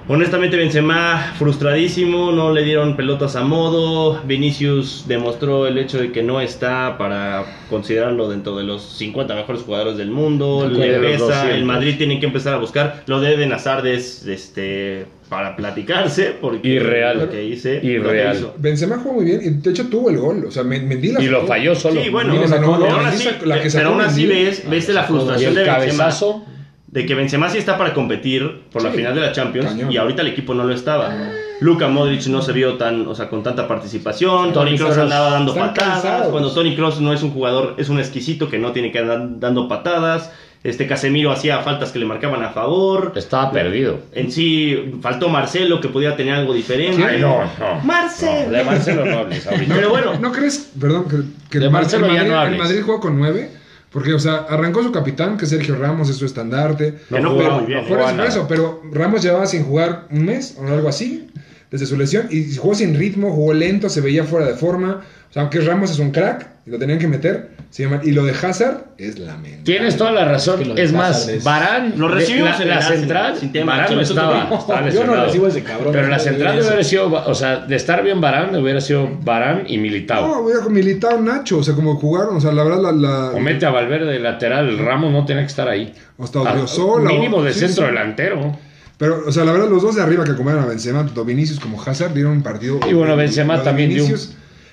S2: Honestamente Benzema frustradísimo, no le dieron pelotas a modo, Vinicius demostró el hecho de que no está para considerarlo dentro de los 50 mejores jugadores del mundo,
S4: De
S2: le
S4: los
S2: pesa,
S4: 200.
S2: el Madrid tiene que empezar a buscar, lo de Eden Hazard es este, para platicarse, porque
S4: Irreal.
S2: lo que hice,
S4: Irreal.
S2: lo que hizo.
S1: Benzema jugó muy bien. y De hecho, tuvo el gol. O sea, Men- Mendy la
S4: Y lo
S1: sacó.
S4: falló solo.
S2: Sí, bueno,
S1: Y le sacó,
S2: pero
S1: ¿no?
S2: aún
S1: La que
S2: así,
S1: sac- la que
S2: pero
S1: sacó
S2: aún así
S1: Mendy.
S2: ves, ves la
S4: Y
S2: frustración
S4: el
S2: de Benzema.
S4: cabezazo.
S2: de que Benzema sí está para competir por la
S1: Sí,
S2: final de la Champions
S1: cañón.
S2: y ahorita el equipo no lo estaba.
S4: Ah.
S2: Luka Modric no se vio tan, o sea, con tanta participación. Tony
S4: Tony
S2: Kroos
S4: Kroos
S2: andaba dando
S1: están
S2: patadas.
S1: cansados.
S2: Cuando Tony Kroos no es un jugador, es un exquisito que no tiene que andar dando patadas. Este Casemiro hacía faltas que le marcaban a favor.
S4: Estaba perdido.
S2: En sí faltó Marcelo que podía tener algo diferente.
S4: Ay, no, no.
S2: Marcelo.
S4: No, de Marcelo no hables ahorita.
S2: Pero bueno.
S1: ¿No crees, perdón, que, que
S4: De
S1: el, Mar-
S4: Marcelo
S1: el
S4: ya
S1: Madrid,
S4: no hables.
S1: el Madrid jugó con nueve? Porque, o sea, arrancó su capitán, que es Sergio Ramos, es su estandarte.
S2: Que no
S4: jugó-
S2: juega muy bien,
S4: no
S2: ¿eh?
S1: Por
S4: jugó
S1: eso, por
S4: nada.
S1: eso, pero Ramos llevaba sin jugar un mes o algo así. desde su lesión. Y jugó sin ritmo, jugó lento, se veía fuera de forma. O sea, aunque Ramos es un crack, y lo tenían que meter. se llama- y lo de Hazard es lamentable.
S4: Tienes toda la razón.
S3: Es que lo de
S4: Es
S3: Hazard
S4: más,
S3: es-
S4: Barán,
S2: Lo
S4: de-
S2: recibimos
S4: la,
S2: en
S4: la
S2: el Arsenal,
S4: central,
S2: sin tema.
S4: Barán no
S2: Nosotros
S4: estaba,
S3: no.
S4: estaba
S3: Yo no
S4: lesionado.
S3: recibo ese cabrón.
S4: Pero la
S3: No,
S4: central
S3: no, no.
S4: hubiera sido, o sea, de estar bien Barán, hubiera sido Barán y Militao.
S1: No, hubiera militado Nacho, o sea, como jugaron, o sea, la verdad, la. la-
S4: O mete a Valverde de lateral, Ramos no tenía que estar ahí.
S1: O hasta
S4: Ah,
S1: Odriozola,
S4: mínimo
S1: o-
S4: de
S1: sí,
S4: centro
S1: sí.
S4: delantero.
S1: Pero, o sea, la verdad, los dos de arriba que comieron a Benzema, tanto Vinicius como Hazard, dieron un partido.
S4: Y bueno, Benzema
S1: Lo de
S4: también dio un-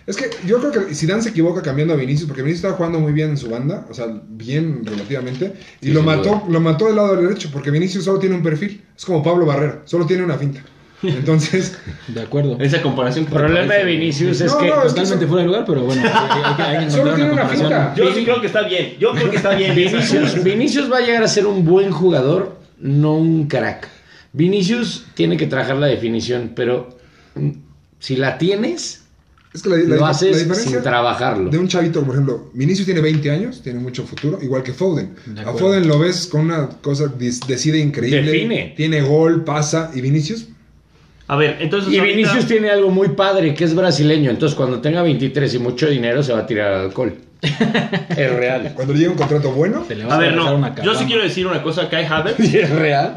S1: Es que yo creo que Zidane se equivoca cambiando a Vinicius, porque Vinicius estaba jugando muy bien en su banda, o sea, bien relativamente, y
S4: Sí,
S1: lo
S4: sin
S1: mató
S4: duda.
S1: lo mató del lado derecho, porque Vinicius solo tiene un perfil, es como Pablo Barrera, solo tiene una finta. Entonces,
S3: De acuerdo.
S2: Esa comparación.
S4: El
S2: que
S4: problema de
S2: parece-
S4: Vinicius es
S1: No,
S4: que
S1: no, es-
S3: Totalmente fuera de lugar, pero bueno. hay que- hay que
S1: Solo
S3: encontrar
S1: tiene una
S3: comparación.
S1: finta.
S2: Yo sí creo que está bien. Yo creo que está bien.
S4: Vinicius, Vinicius va a llegar a ser un buen jugador, no un crack. Vinicius tiene que trabajar la definición, pero mm, si la tienes,
S1: es que la, la-
S4: lo
S1: la
S4: haces
S1: diferencia
S4: sin trabajarlo.
S1: de un chavito, por ejemplo, Vinicius tiene 20 años, tiene mucho futuro, igual que Foden. A
S3: De acuerdo.
S1: Foden lo ves con una cosa, dis- decide increíble,
S4: Define.
S1: tiene gol, pasa, y Vinicius
S2: A ver, entonces.
S4: Y
S2: ahorita-
S4: Vinicius tiene algo muy padre, que es brasileño. Entonces, cuando tenga 23 y mucho dinero, se va a tirar al alcohol. es real.
S1: Cuando le llega un contrato bueno,
S3: Se le va
S2: A ver,
S3: regresar
S2: no.
S3: una
S2: Yo sí
S3: caguama.
S2: quiero decir una cosa. Kai Havertz.
S4: Y es real.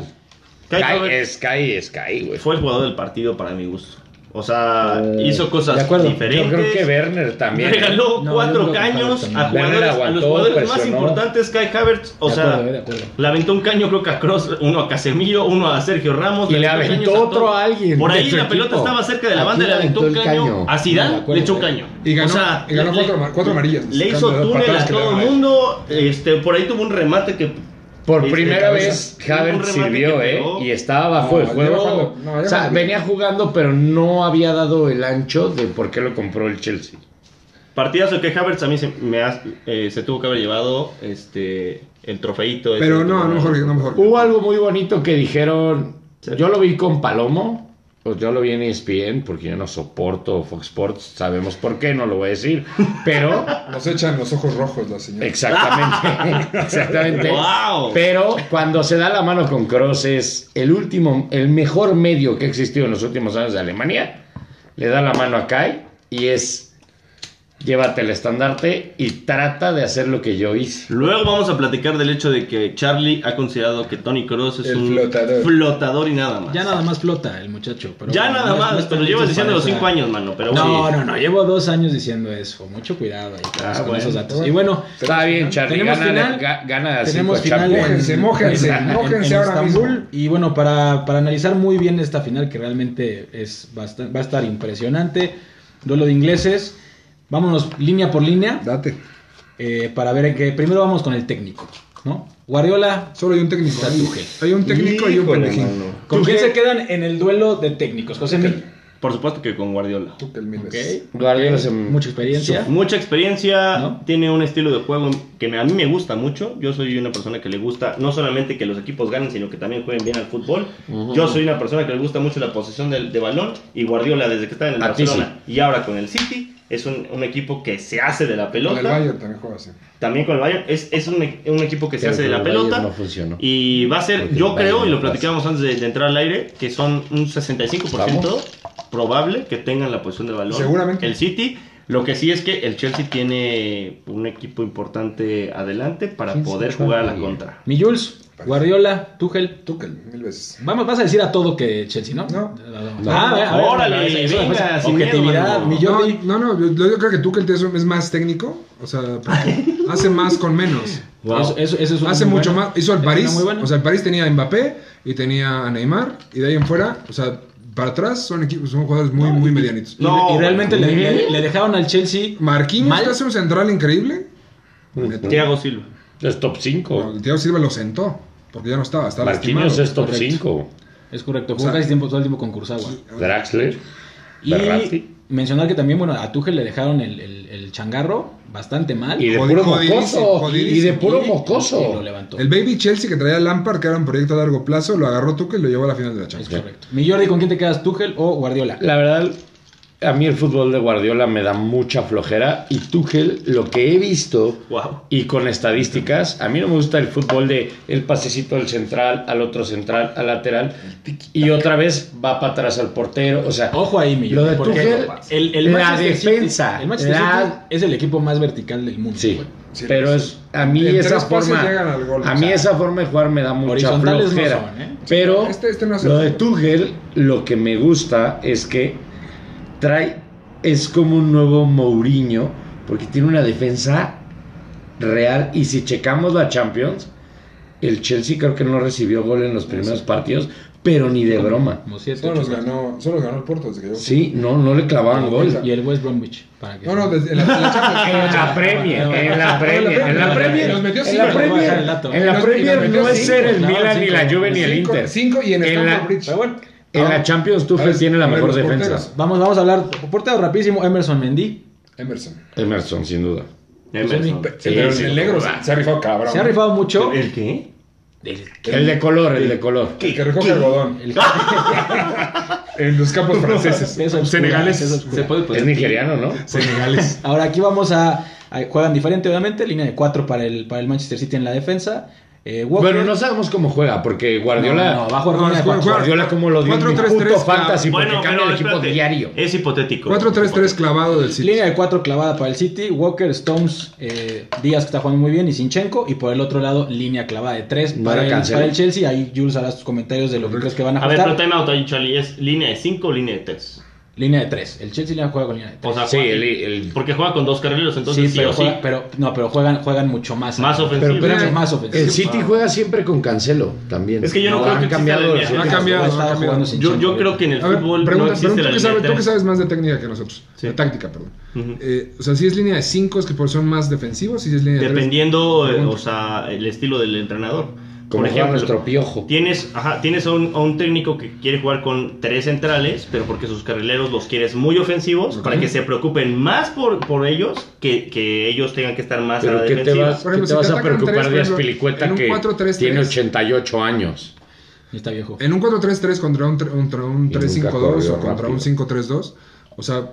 S2: Kai
S4: Sky
S2: Havertz
S4: es Sky, es Sky, güey.
S2: fue el jugador del partido para mi gusto. O sea, hizo
S4: Eh, De
S2: cosas
S4: acuerdo.
S2: diferentes.
S4: Yo creo que Werner también. ¿eh?
S2: Regaló
S3: No, yo
S2: cuatro
S3: creo que Havertz
S2: caños
S3: también.
S2: a, jugadores,
S4: Werner aguantó,
S2: a los jugadores más
S4: presionó.
S2: importantes, Kai Havertz. O
S3: De
S2: sea,
S3: acuerdo, eh, de acuerdo.
S2: le aventó un caño, creo que a Cross, uno a Casemiro, uno a Sergio Ramos.
S4: Y le
S2: aventó
S4: aventó
S2: caños
S4: otro
S2: todos.
S4: a alguien
S2: Por
S4: de
S2: ahí
S4: su
S2: la pelota
S4: equipo.
S2: estaba cerca de la
S4: Aquí
S2: banda, le aventó un caño. A
S3: No,
S2: Zidane
S3: de acuerdo,
S2: le echó un
S3: eh.
S2: caño.
S1: Y ganó-
S2: o sea,
S1: y ganó
S2: le-
S1: cuatro
S2: le-
S1: mar- cuatro eh. amarillas.
S2: Le
S1: Buscando
S2: hizo
S1: las
S2: túnel
S1: patadas
S2: a
S1: que le
S2: todo el
S1: daban.
S2: mundo. Este, por ahí tuvo un remate que.
S4: Por
S2: este,
S4: primera
S2: cabeza.
S4: vez,
S2: Tuvo un
S4: Havertz
S2: remate
S4: sirvió,
S2: que
S4: ¿eh?
S2: pegó.
S4: Y estaba bajo
S1: No,
S4: el
S1: ya
S4: juego.
S1: bajando. No, ya
S4: o sea,
S1: bajando.
S4: venía jugando, pero no había dado el ancho de por qué lo compró el Chelsea.
S2: Partidazo que Havertz a mí se, me ha- eh, se tuvo que haber llevado este, el trofeito. ese
S1: pero
S2: que
S1: no,
S2: ganó.
S1: no mejor, no mejor.
S4: Hubo algo muy bonito que dijeron.
S2: Sí.
S4: Yo lo vi con Palomo. Pues yo lo vi en ESPN porque yo no soporto Fox Sports. Sabemos por qué, no lo voy a decir. Pero,
S1: Nos echan los ojos rojos la señora.
S4: exactamente. exactamente.
S2: ¡Wow!
S4: Pero cuando se da la mano con Cross es el último, el mejor medio que ha existido en los últimos años de Alemania. Le da la mano a Kai y es. Llévate el estandarte y trata de hacer lo que yo hice.
S2: Luego vamos a platicar del hecho de que Charlie ha considerado que Tony Cross es
S1: El
S2: un
S1: flotador.
S2: flotador y nada más.
S3: Ya nada más flota el muchacho. Pero
S2: Ya
S3: bueno,
S2: nada
S3: no-
S2: más,
S3: no está
S2: pero
S3: mucho
S2: llevas diciendo
S3: para
S2: los
S3: esa-
S2: cinco años, mano. Pero
S3: No,
S2: sí.
S3: no, no, llevo dos años diciendo eso. Mucho cuidado ahí con,
S2: Ah,
S3: con
S2: bueno.
S3: esos datos. Y bueno,
S4: Está bien, Charlie.
S3: Tenemos
S4: Gana, de-
S3: final.
S4: ga- gana de
S3: tenemos
S4: cinco
S3: final
S4: Champions.
S1: Mójense, mójense, mójense ahora
S3: Estambul.
S1: mismo.
S3: Y bueno, para, para analizar muy bien esta final, que realmente es basta- va a estar impresionante, duelo de ingleses, vámonos línea por línea
S1: Date.
S3: eh, para ver en qué. Primero vamos con el técnico, ¿no? Guardiola,
S1: Solo hay un técnico.
S3: Está
S1: Hay,
S3: Tuchel.
S1: hay un técnico y un
S2: Híjole,
S1: pendejín.
S2: mano.
S3: ¿con
S1: Tuchel-
S3: quién se quedan en el duelo de técnicos? José Miguel.
S2: Por supuesto que con Guardiola.
S1: Tuchel mil
S3: Ok.
S1: veces.
S4: Guardiola se-
S3: Mucha experiencia.
S2: Mucha experiencia,
S3: ¿No?
S2: tiene un estilo de juego que me- a mí me gusta mucho. Yo soy una persona que le gusta no solamente que los equipos ganen, sino que también jueguen bien al fútbol. Yo soy una persona que le gusta mucho la posesión del- de, balón y Guardiola desde que está en el
S4: A ti
S2: Barcelona y ahora con el City es un, un equipo que se hace de la
S1: Con
S2: pelota.
S1: el Bayern también eh. juega así.
S2: También con el Bayern es, es un, un equipo que se
S4: Pero
S2: hace de
S4: con
S2: la
S4: el Bayern
S2: pelota
S4: no funcionó.
S2: y va a ser,
S4: Porque el
S2: yo
S4: Bayern
S2: creo, y
S4: no
S2: lo platicábamos antes de, de entrar al aire, que son un 65%
S4: Vamos.
S2: probable que tengan la posición de balón.
S1: Seguramente.
S2: El City. Lo que sí es que el Chelsea tiene un equipo importante adelante para
S4: ¿Quién se
S2: poder
S4: fue
S2: jugar a la
S4: ayer?
S2: contra.
S3: Mi Jules, Guardiola, Tuchel.
S1: Tuchel mil veces.
S3: Vamos, vas a decir a todo que Chelsea, ¿no?
S1: No.
S4: No.
S3: Ah, a ver, a ver,
S2: Órale,
S3: a ver, eso es
S2: venga, sin
S3: objetividad,
S2: miedo,
S3: mi Jordi.
S1: No, no, no, yo, yo creo que Tuchel es, es más técnico. O sea, porque hace más con menos.
S2: Wow.
S3: Eso, eso- eso es una
S1: Hace
S3: muy
S1: mucho
S3: buena.
S1: más. Hizo al
S3: Es una
S1: París.
S3: muy buena.
S1: O sea, el París tenía a Mbappé y tenía a Neymar. Y de ahí en fuera, o sea, para atrás son equipos, son jugadores muy, muy medianitos.
S3: Y-
S2: No,
S3: y, realmente le,
S2: güey.
S3: le- le dejaron al Chelsea.
S1: Marquinhos
S3: Mal.
S1: que hace un central increíble. Neta.
S2: Thiago Silva.
S4: Es top 5.
S1: No, Thiago Silva lo sentó. Porque ya no estaba, estaba
S4: Marquinhos
S1: lastimado.
S4: es top
S3: correcto.
S4: 5.
S3: Es correcto, jugó
S1: O sea,
S3: casi tiempo, todo el tiempo con Kurzawa.
S4: Draxler.
S3: Y
S4: Berratti.
S3: mencionar que también, bueno, a Tuchel le dejaron el, el- el changarro bastante mal.
S4: Y de
S1: Jodi-
S4: puro
S1: jodidísimo,
S4: mocoso. Y de
S1: jodidísimo.
S4: puro
S3: y-
S4: mocoso.
S3: y lo levantó.
S1: El Baby Chelsea que traía Lampard, que era un proyecto a largo plazo, lo agarró Tuchel y lo llevó a la final de la
S3: Es
S1: Champions.
S3: correcto. Mi Jordi, ¿con quién te quedas? ¿Tuchel o Guardiola?
S4: La verdad, a mí el fútbol de Guardiola me da mucha flojera y Tuchel, lo que he visto
S2: Wow.
S4: y con estadísticas, a mí no me gusta el fútbol de el pasecito del central al otro central al lateral y otra vez va para atrás al portero, o sea,
S3: Ojo ahí, mi
S4: Lo de
S3: porque
S4: Tuchel,
S3: el, el
S4: la
S3: Manchester City-
S4: defensa,
S3: el Manchester
S4: la-
S3: City es el equipo más vertical del mundo.
S4: sí.
S3: güey.
S1: Sí,
S4: pero es a mí
S1: En
S4: esa
S1: tres pases
S4: forma
S1: llegan al gol,
S4: a
S1: o
S4: mí
S1: sea.
S4: esa forma de jugar me da mucha
S3: Horizontales no
S4: flojera.
S3: son, ¿eh?
S4: Pero
S1: Este- este no es el
S4: lo de
S1: fútbol.
S4: Tuchel lo que me gusta es que trae es como un nuevo Mourinho porque tiene una defensa real y si checamos la Champions el Chelsea creo que no recibió gol en los primeros partidos, pero ni de broma.
S3: Como siete,
S1: Solo los
S3: ocho
S1: ganó, solo los ganó el Porto desde que llegó.
S4: Sí, no no le clavaban gol.
S3: Y el West Bromwich. Para que
S1: No, no, desde la, la Champions.
S4: En la Premier, en la Premier, en la Premier,
S1: Nos metió
S4: en la
S1: cinco.
S4: Premier,
S3: Nos metió
S4: en la
S1: cinco.
S4: Premier no es ser
S3: Nos
S4: el
S3: metió
S4: Milan ni la
S3: cinco.
S4: Juve ni el
S1: Cinco-
S4: Inter.
S1: Cinco y en,
S4: En
S1: Stamford
S4: la-
S1: Bridge.
S3: Pero bueno,
S4: En
S1: Ah,
S4: la Champions Tuchel
S1: ¿sabes?
S4: tiene la
S1: A ver,
S4: mejor
S1: los
S4: defensa.
S1: porteros.
S3: vamos, vamos a hablar. Portero rapidísimo, Emerson Mendy.
S1: Emerson.
S4: Emerson, sin duda.
S2: Emerson.
S4: Sí,
S1: pero
S4: sí,
S1: el negro
S4: va.
S1: se, se ha rifado cabrón.
S3: Se ha rifado mucho.
S4: Eh,
S2: ¿El qué?
S4: El de color, el de color.
S1: El que recoge algodón.
S3: El-
S1: En los campos franceses.
S3: Esa oscura, esa
S1: Senegales.
S3: oscura.
S4: Es nigeriano, ¿no?
S1: Senegales.
S3: Ahora aquí vamos a, a- Juegan diferente, obviamente. Línea de 4 para el, para el Manchester City en la defensa. Eh, Walker-
S4: Bueno, no sabemos cómo juega, porque Guardiola,
S3: No, no, va a jugar
S1: No,
S3: línea de
S1: es juega-
S3: cuatro.
S4: Guardiola como lo dio en mi
S1: 4-3-3,
S4: puto fantasy, porque
S2: Bueno,
S4: cambia
S2: pero
S4: el equipo
S2: espérate.
S4: diario.
S2: Es hipotético.
S1: 4-3-3 clavado del City.
S3: Línea de 4 clavada para el City. Walker, Stones, eh, Díaz que está jugando muy bien y Sinchenko. Y por el otro lado, línea clavada de 3
S4: No
S3: para,
S4: la
S3: el-
S4: cancela.
S3: para el Chelsea. Ahí Jules hará sus comentarios de lo que crees que van a
S2: A ver,
S3: apostar.
S2: pero time out ahí, Charlie. ¿Es línea de 5 o línea de 3?
S3: Línea de 3. El Chelsea ya juega con línea de 3.
S2: O sea,
S4: Sí,
S2: juega-
S4: el- el-
S2: porque juega con dos carrileros, entonces sí,
S3: pero,
S2: o sí.
S3: juega- pero- no, pero juegan, juegan mucho más.
S2: más
S3: ofensivo.
S2: ofensivo.
S4: pero-
S3: Mucho más ofensivo.
S4: El City juega siempre con Cancelo también.
S2: Es que yo no creo
S4: han
S2: que exista la
S4: cambiado
S2: línea.
S4: los
S2: Ha
S4: últimos-
S1: cambiado.
S3: Pues Estaba
S1: ha cambiado.
S3: jugando
S2: yo,
S3: Sinchenko
S2: yo
S3: ahorita.
S2: creo que en el
S1: A ver,
S2: fútbol no
S1: pregunta, pero
S2: existe
S1: tú,
S2: la
S1: que
S2: línea
S1: sabes,
S2: de
S1: tú que
S2: tres.
S1: sabes más de técnica que nosotros,
S2: Sí.
S1: de táctica, perdón.
S2: Ujú.
S1: Eh, o sea, si es línea de 5 es que por- son más defensivos, si es línea de 3.
S2: Dependiendo, eh,
S1: Pregunta.
S2: o sea, el estilo del entrenador.
S4: Como
S2: Por
S4: juega
S2: ejemplo,
S4: nuestro piojo.
S2: Tienes, ajá, tienes a, un, a un técnico que quiere jugar con tres centrales, pero porque sus carrileros los quieres muy ofensivos,
S1: Ok.
S2: para que se preocupen más por, por ellos que, que ellos tengan que estar más a
S4: Pero
S2: la
S4: ¿qué te
S2: defensiva.
S1: Por
S4: vas, qué
S1: ejemplo,
S4: te
S1: si te
S4: vas a
S1: atacan tres, por
S4: preocupar de
S1: ejemplo,
S4: Aspilicueta
S1: en un
S4: que
S1: 4-3-3?
S4: tiene 88 años?
S3: Ya está viejo.
S1: En un 4-3-3 contra un, tre- contra un
S4: Y nunca
S1: 3-5-2 o
S4: corrió
S1: contra un
S4: rápido.
S1: 5-3-2, o sea,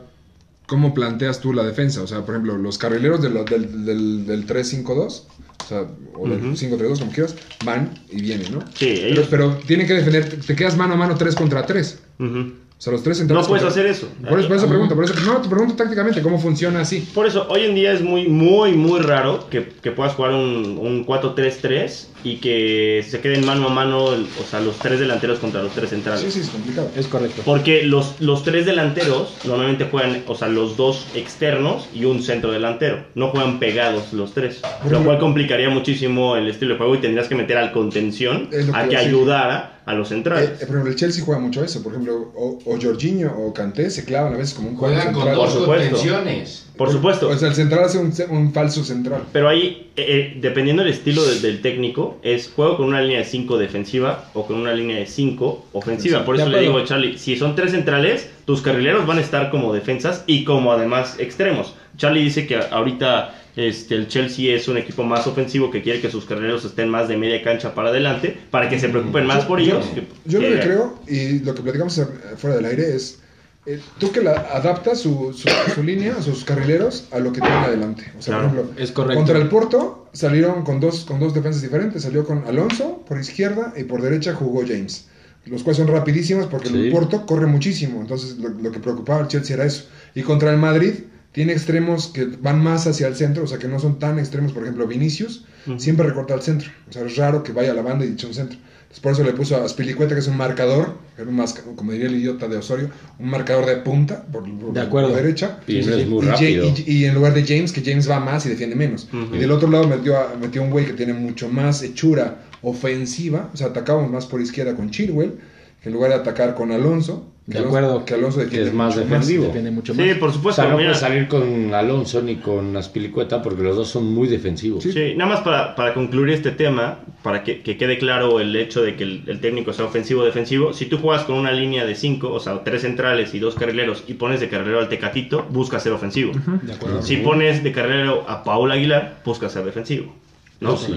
S1: ¿cómo planteas tú la defensa? O sea, por ejemplo, los carrileros de lo- del, del, del 3-5-2, o sea, o del 5-3-2, como quieras, van y vienen, ¿no?
S2: Sí,
S1: Pero-
S2: ellos-
S1: Pero, tienen que defender, te- te quedas mano a mano 3 contra 3.
S2: Ujú.
S1: O sea, los tres
S2: No
S1: centrales
S2: puedes
S1: contra-
S2: hacer eso.
S1: Por eso, por eso pregunto, por eso, no, te pregunto tácticamente cómo funciona así.
S2: Por eso, hoy en día es muy, muy, muy raro que, que puedas jugar un, un 4-3-3 y que se queden mano a mano, el- o sea, los tres delanteros contra los tres centrales.
S1: Sí, sí, es complicado.
S3: Es correcto.
S2: Porque los, los tres delanteros normalmente juegan, o sea, los dos externos y un centro delantero. No juegan pegados los tres. Lo cual complicaría muchísimo el estilo de juego y tendrías que meter al contención
S1: Es lo que
S2: a que
S1: iba a decir.
S2: ayudara a los
S1: Eh, eh,
S2: centrales.
S1: por ejemplo, el Chelsea juega mucho eso. Por ejemplo, o, o Jorginho o Kanté se clavan a veces como un jugador
S5: Juegan con
S1: central.
S5: dos
S2: supuesto.
S5: contenciones.
S2: Por supuesto.
S1: O sea, el central hace un, ce- un falso central.
S2: Pero ahí, eh, eh, dependiendo del estilo de- del técnico, es juego con una línea de 5 defensiva o con una línea de 5 ofensiva. Por
S3: De
S2: eso le
S3: acuerdo.
S2: digo a Charlie, si son tres centrales, tus carrileros van a estar como defensas y como además extremos. Charlie dice que a- ahorita este, el Chelsea es un equipo más ofensivo que quiere que sus carrileros estén más de media cancha para adelante para que se preocupen más por ellos. que-
S1: Mm. Yo lo que
S2: que-
S1: creo, y lo que platicamos eh, fuera del aire, es eh, tú que la adaptas su, su, su línea, sus carrileros, a lo que tiene adelante. O sea,
S2: Claro,
S1: por ejemplo,
S3: es correcto.
S1: contra el Porto salieron con dos, con dos defensas diferentes. Salió con Alonso por izquierda y por derecha jugó James. Los cuales son rapidísimos porque
S4: Sí.
S1: el Porto corre muchísimo. Entonces, lo, lo que preocupaba al Chelsea era eso. Y contra el Madrid. Tiene extremos que van más hacia el centro, o sea que no son tan extremos. Por ejemplo, Vinicius siempre recorta al centro. O sea, es raro que vaya a la banda y eche un centro. Entonces, por eso le puso a Spilicueta, que es un marcador, que era un masca- como diría el idiota de Osorio, un marcador de punta por, por-
S3: De acuerdo.
S1: por derecha.
S4: Y no es muy
S1: Ja-
S4: rápido.
S1: y- y en lugar de James, que James va más y defiende menos. Y del otro lado metió, a- metió un güey que tiene mucho más hechura ofensiva. O sea, atacamos más por izquierda con Chilwell, que en lugar de atacar con Alonso. que
S3: De
S1: Alonso-
S3: acuerdo.
S1: Que Alonso
S4: Que
S1: defiende
S4: es más
S1: mucho
S4: defensivo.
S3: Depende mucho más.
S2: Sí, por
S4: O
S2: supuesto.
S4: sea, no
S2: mira.
S4: puede salir con Alonso ni con Aspilicueta porque los dos son muy defensivos.
S2: Sí, nada más para, para concluir este tema, para que, que quede claro el hecho de que el, el técnico sea ofensivo o defensivo, si tú juegas con una línea de 5, o sea, tres centrales y dos carrileros y pones de carrilero al Tecatito, busca ser ofensivo.
S3: De acuerdo.
S2: Si pones de carrilero a Paul Aguilar, busca ser defensivo. ¿no?
S4: Sí.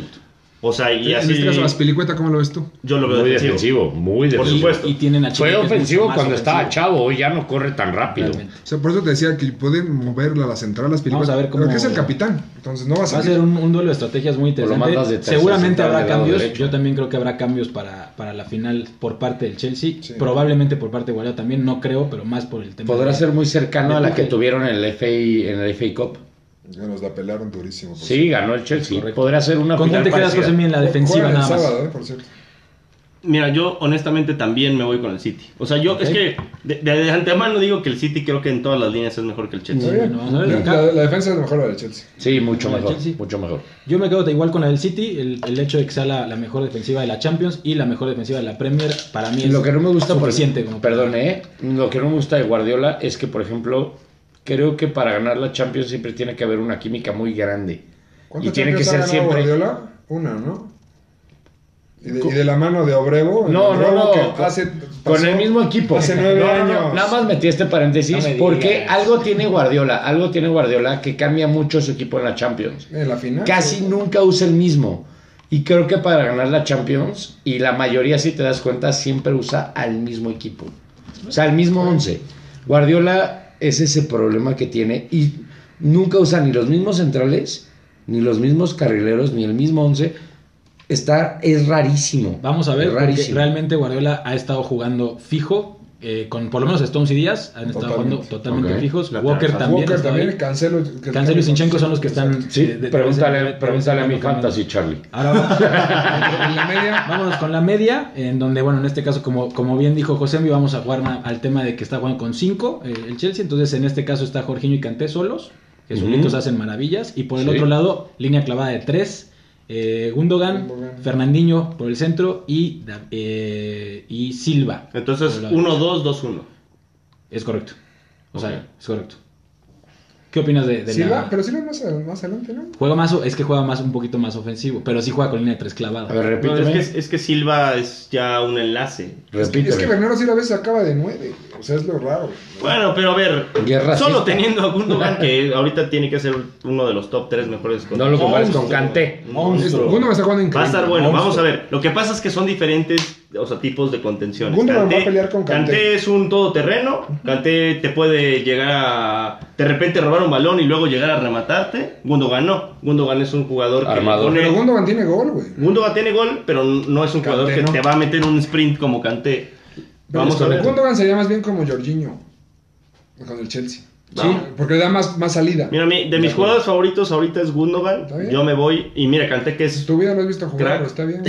S2: O O sea, y
S1: En
S2: así.
S1: este caso, Aspilicueta, ¿cómo lo ves tú?
S2: Yo lo veo
S4: Muy
S2: defensivo.
S4: defensivo, muy defensivo.
S2: Por supuesto.
S3: Y tienen a Chile,
S4: Fue
S3: que es mucho
S4: ofensivo
S3: más
S4: cuando estaba
S3: ofensivo.
S4: chavo, hoy ya no corre tan rápido.
S3: Realmente.
S1: O sea, por eso te decía que pueden moverla a la central Aspilicueta.
S3: Vamos a ver cómo-
S1: Porque es el capitán, entonces no va a
S3: Va a
S1: salir.
S3: ser un, un duelo de estrategias muy
S4: O lo mandas de
S3: interesante.
S4: tercer
S3: Seguramente
S4: central
S3: habrá
S4: del lado
S3: cambios.
S4: derecho.
S3: Yo también creo que habrá cambios para, para la final por parte del Chelsea.
S1: Sí.
S3: Probablemente por parte de Guardiola también. No creo, pero más por el tema.
S4: Podrá
S3: de-
S4: ser muy cercano a la que
S3: Empuje.
S4: tuvieron en el FA, en el FA Cup.
S1: Ya nos la pelaron durísimo. por
S4: Sí, ganó el Chelsea.
S3: Correcto.
S4: Podría ser una
S3: ¿Con quién
S4: final
S3: te quedas,
S4: parecida.
S3: José, en la
S1: cierto.
S3: defensiva
S1: Juegan el
S3: nada más?
S1: sábado, eh, por cierto.
S2: Mira, yo honestamente también me voy con el City. O sea, yo
S3: Ok.
S2: es que de, de- de antemano digo que el City creo que en todas las líneas es mejor que el Chelsea.
S1: Está bien.
S3: bueno, vamos a ver, acá.
S1: La, la defensa es mejor la del Chelsea.
S4: Sí, mucho
S3: Con el
S4: mejor,
S3: Chelsea.
S4: mucho mejor.
S3: Yo me quedo de igual con la del City. El, el hecho de que sea la, la mejor defensiva de la Champions y la mejor defensiva de la Premier, para mí es
S4: Lo que no me gusta, por
S3: suficiente.
S4: ejemplo,
S3: como-
S4: perdón, ¿eh? Lo que no me gusta de Guardiola es que, por ejemplo, creo que para ganar la Champions siempre tiene que haber una química muy grande. Y
S1: ¿Cuántas
S4: tiene que ser
S1: Champions ha ganado
S4: siempre.
S1: Guardiola? Una, ¿no? Y de, y de la mano de Obrevo. el
S4: No, no,
S1: Obrevo
S4: no.
S1: que
S4: Con-
S1: hace-
S4: Con
S1: pasó
S4: el mismo equipo.
S1: Hace nueve
S4: No, no,
S1: años.
S4: no, Nada más metí este paréntesis
S5: No me digas.
S4: porque algo tiene Guardiola, algo tiene Guardiola que cambia mucho su equipo en la Champions.
S1: En la final.
S4: Casi nunca usa el mismo. Y creo que para ganar la Champions, y la mayoría, si te das cuenta, siempre usa al mismo equipo. O sea, al mismo 11. Guardiola es ese problema que tiene y nunca usa ni los mismos centrales, ni los mismos carrileros, ni el mismo 11. Está, es rarísimo.
S3: Vamos a ver,
S4: Es
S3: porque
S4: rarísimo.
S3: realmente Guardiola ha estado jugando fijo. eh, con por lo menos Stones y Díaz han estado
S1: Totalmente.
S3: jugando totalmente
S4: Ok.
S3: fijos.
S2: Lateral
S3: Walker
S2: Walker
S3: también. ha
S1: Walker
S3: estado
S1: también,
S3: ahí.
S1: Cancelo. que-
S3: Cancelo y Sinchenko son los que están. eh,
S4: Sí,
S3: de- de- de-
S4: pregúntale,
S3: de- de- de-
S4: pregúntale a mi
S3: de- de- de-
S4: fantasy, Charlie.
S3: Ahora vamos,
S1: En la media.
S3: vámonos con la media, en donde, bueno, en este caso, como, como bien dijo José, vamos a jugar na- al tema de que está jugando con 5 el Chelsea. Entonces, en este caso está Jorginho y Canté solos, que solitos
S4: Ujú.
S3: hacen maravillas. Y por el
S4: Sí.
S3: otro lado, línea clavada de 3 Gundogan,
S1: Gundogan.
S3: Fernandinho por el centro y, Da- eh, y Silva.
S2: Entonces,
S3: por la
S2: 1-2, 2-1.
S3: Es correcto. O sea,
S2: Ok.
S3: es correcto. ¿Qué opinas de, de
S1: Silva,
S3: la-
S1: pero Silva más, a- más adelante, ¿no?
S3: Juega más, o- es que juega más un poquito más ofensivo, pero sí juega con línea de tres clavada.
S4: A ver,
S2: No,
S4: repíteme.
S2: es, que, es- es que Silva es ya un enlace.
S4: repíteme.
S1: Es que Bernardo Silva a veces acaba de nueve. O sea, es lo raro.
S2: Bueno, pero a ver,
S4: Y es racista.
S2: solo teniendo a Gundogan, que ahorita tiene que ser uno de los top 3 mejores.
S4: No lo compares con Kanté.
S2: Monstruo.
S1: Este, Gundogan está jugando increíble.
S2: Va a estar bueno,
S1: Monstruo.
S2: vamos a ver. Lo que pasa es que son diferentes, o sea, tipos de contenciones.
S1: Gundogan
S2: Kanté-
S1: va a pelear con Kanté.
S2: Kanté es un todoterreno. Kanté te puede llegar a de repente robar un balón y luego llegar a rematarte. Gundogan no. Gundogan es un jugador
S4: Armador.
S2: que
S1: Pero
S2: le pone...
S1: Gundogan tiene gol, güey.
S2: Gundogan tiene gol, pero no es un
S1: Kanté
S2: jugador que
S1: no.
S2: te va a meter un sprint como Kanté.
S1: Pero
S2: Vamos a ver.
S1: Gundogan sería más bien como Jorginho. Con el Chelsea.
S2: Sí.
S1: Porque le da más, más salida.
S2: Mira, mi- de mis jugadores favoritos ahorita es Gundogan.
S1: Está bien.
S2: Yo me voy y mira, Kanté que es
S1: Tu vida lo has visto jugar,
S2: Crack.
S1: pero está bien.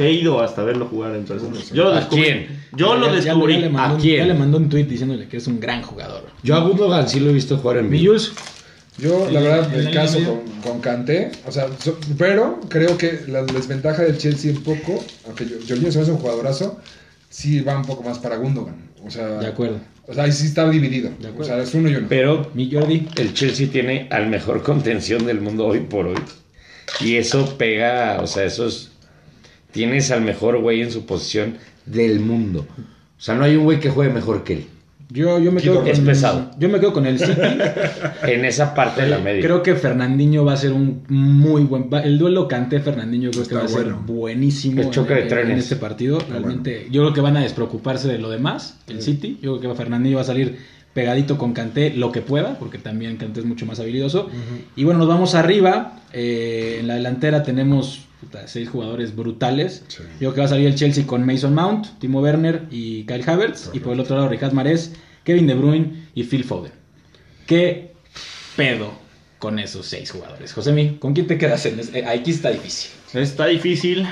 S2: he ido hasta verlo jugar en persona. Yo lo
S4: ¿A
S2: descubrí.
S4: quién?
S2: Yo lo
S3: Ya- ya-
S2: descubrí.
S3: Ya, le mandó
S4: ¿A
S3: un-
S4: quién?
S3: ya le mandó un tweet diciéndole que es un gran jugador.
S4: Yo a Gundogan sí lo he visto jugar en
S3: Mi
S4: vivo.
S3: Jules,
S1: Yo,
S3: ¿En
S1: la
S3: la-
S1: verdad,
S3: en la
S1: el
S3: línea
S1: caso
S3: media?
S1: con, con Kanté, o sea, so- pero creo que la desventaja del Chelsea un poco, aunque yo- Jorginho se me hace un jugadorazo, sí va un poco más para Gundogan. O sea,
S3: de acuerdo.
S1: O sea, ahí sí está dividido.
S3: De
S1: O
S3: acuerdo.
S1: sea, es uno y uno.
S4: Pero
S3: Mi Jordi,
S4: el Chelsea tiene al mejor contención del mundo hoy por hoy. Y eso pega, o sea, eso es... Tienes al mejor güey en su posición del mundo. O sea, no hay un güey que juegue mejor que él.
S3: yo, yo me
S4: Quito
S3: quedo
S4: que es
S3: con,
S4: pesado.
S3: Yo me quedo con el City.
S4: En esa parte de la media.
S3: creo que Fernandinho va a ser un muy buen. va- el duelo canté Fernandinho creo que
S1: Está
S3: va a ser
S1: bueno.
S3: buenísimo.
S4: El choque
S3: en-
S4: de
S3: en-
S4: trenes.
S3: En este partido, realmente. Yo creo que van a despreocuparse de lo demás, el City. Yo creo que Fernandinho va a salir pegadito con Canté lo que pueda, porque también Canté es mucho más habilidoso. Y bueno, nos vamos arriba. eh, en la delantera tenemos puta, seis jugadores brutales.
S1: Sí.
S3: Yo creo que va a salir el Chelsea con Mason Mount, Timo Werner y Kyle Havertz. Y por el otro lado, Ricard Marés, Kevin De Bruyne y Phil Foden. ¿Qué pedo con esos seis jugadores? Josemi, ¿con quién te quedas? En es- eh, aquí está difícil.
S2: Está difícil,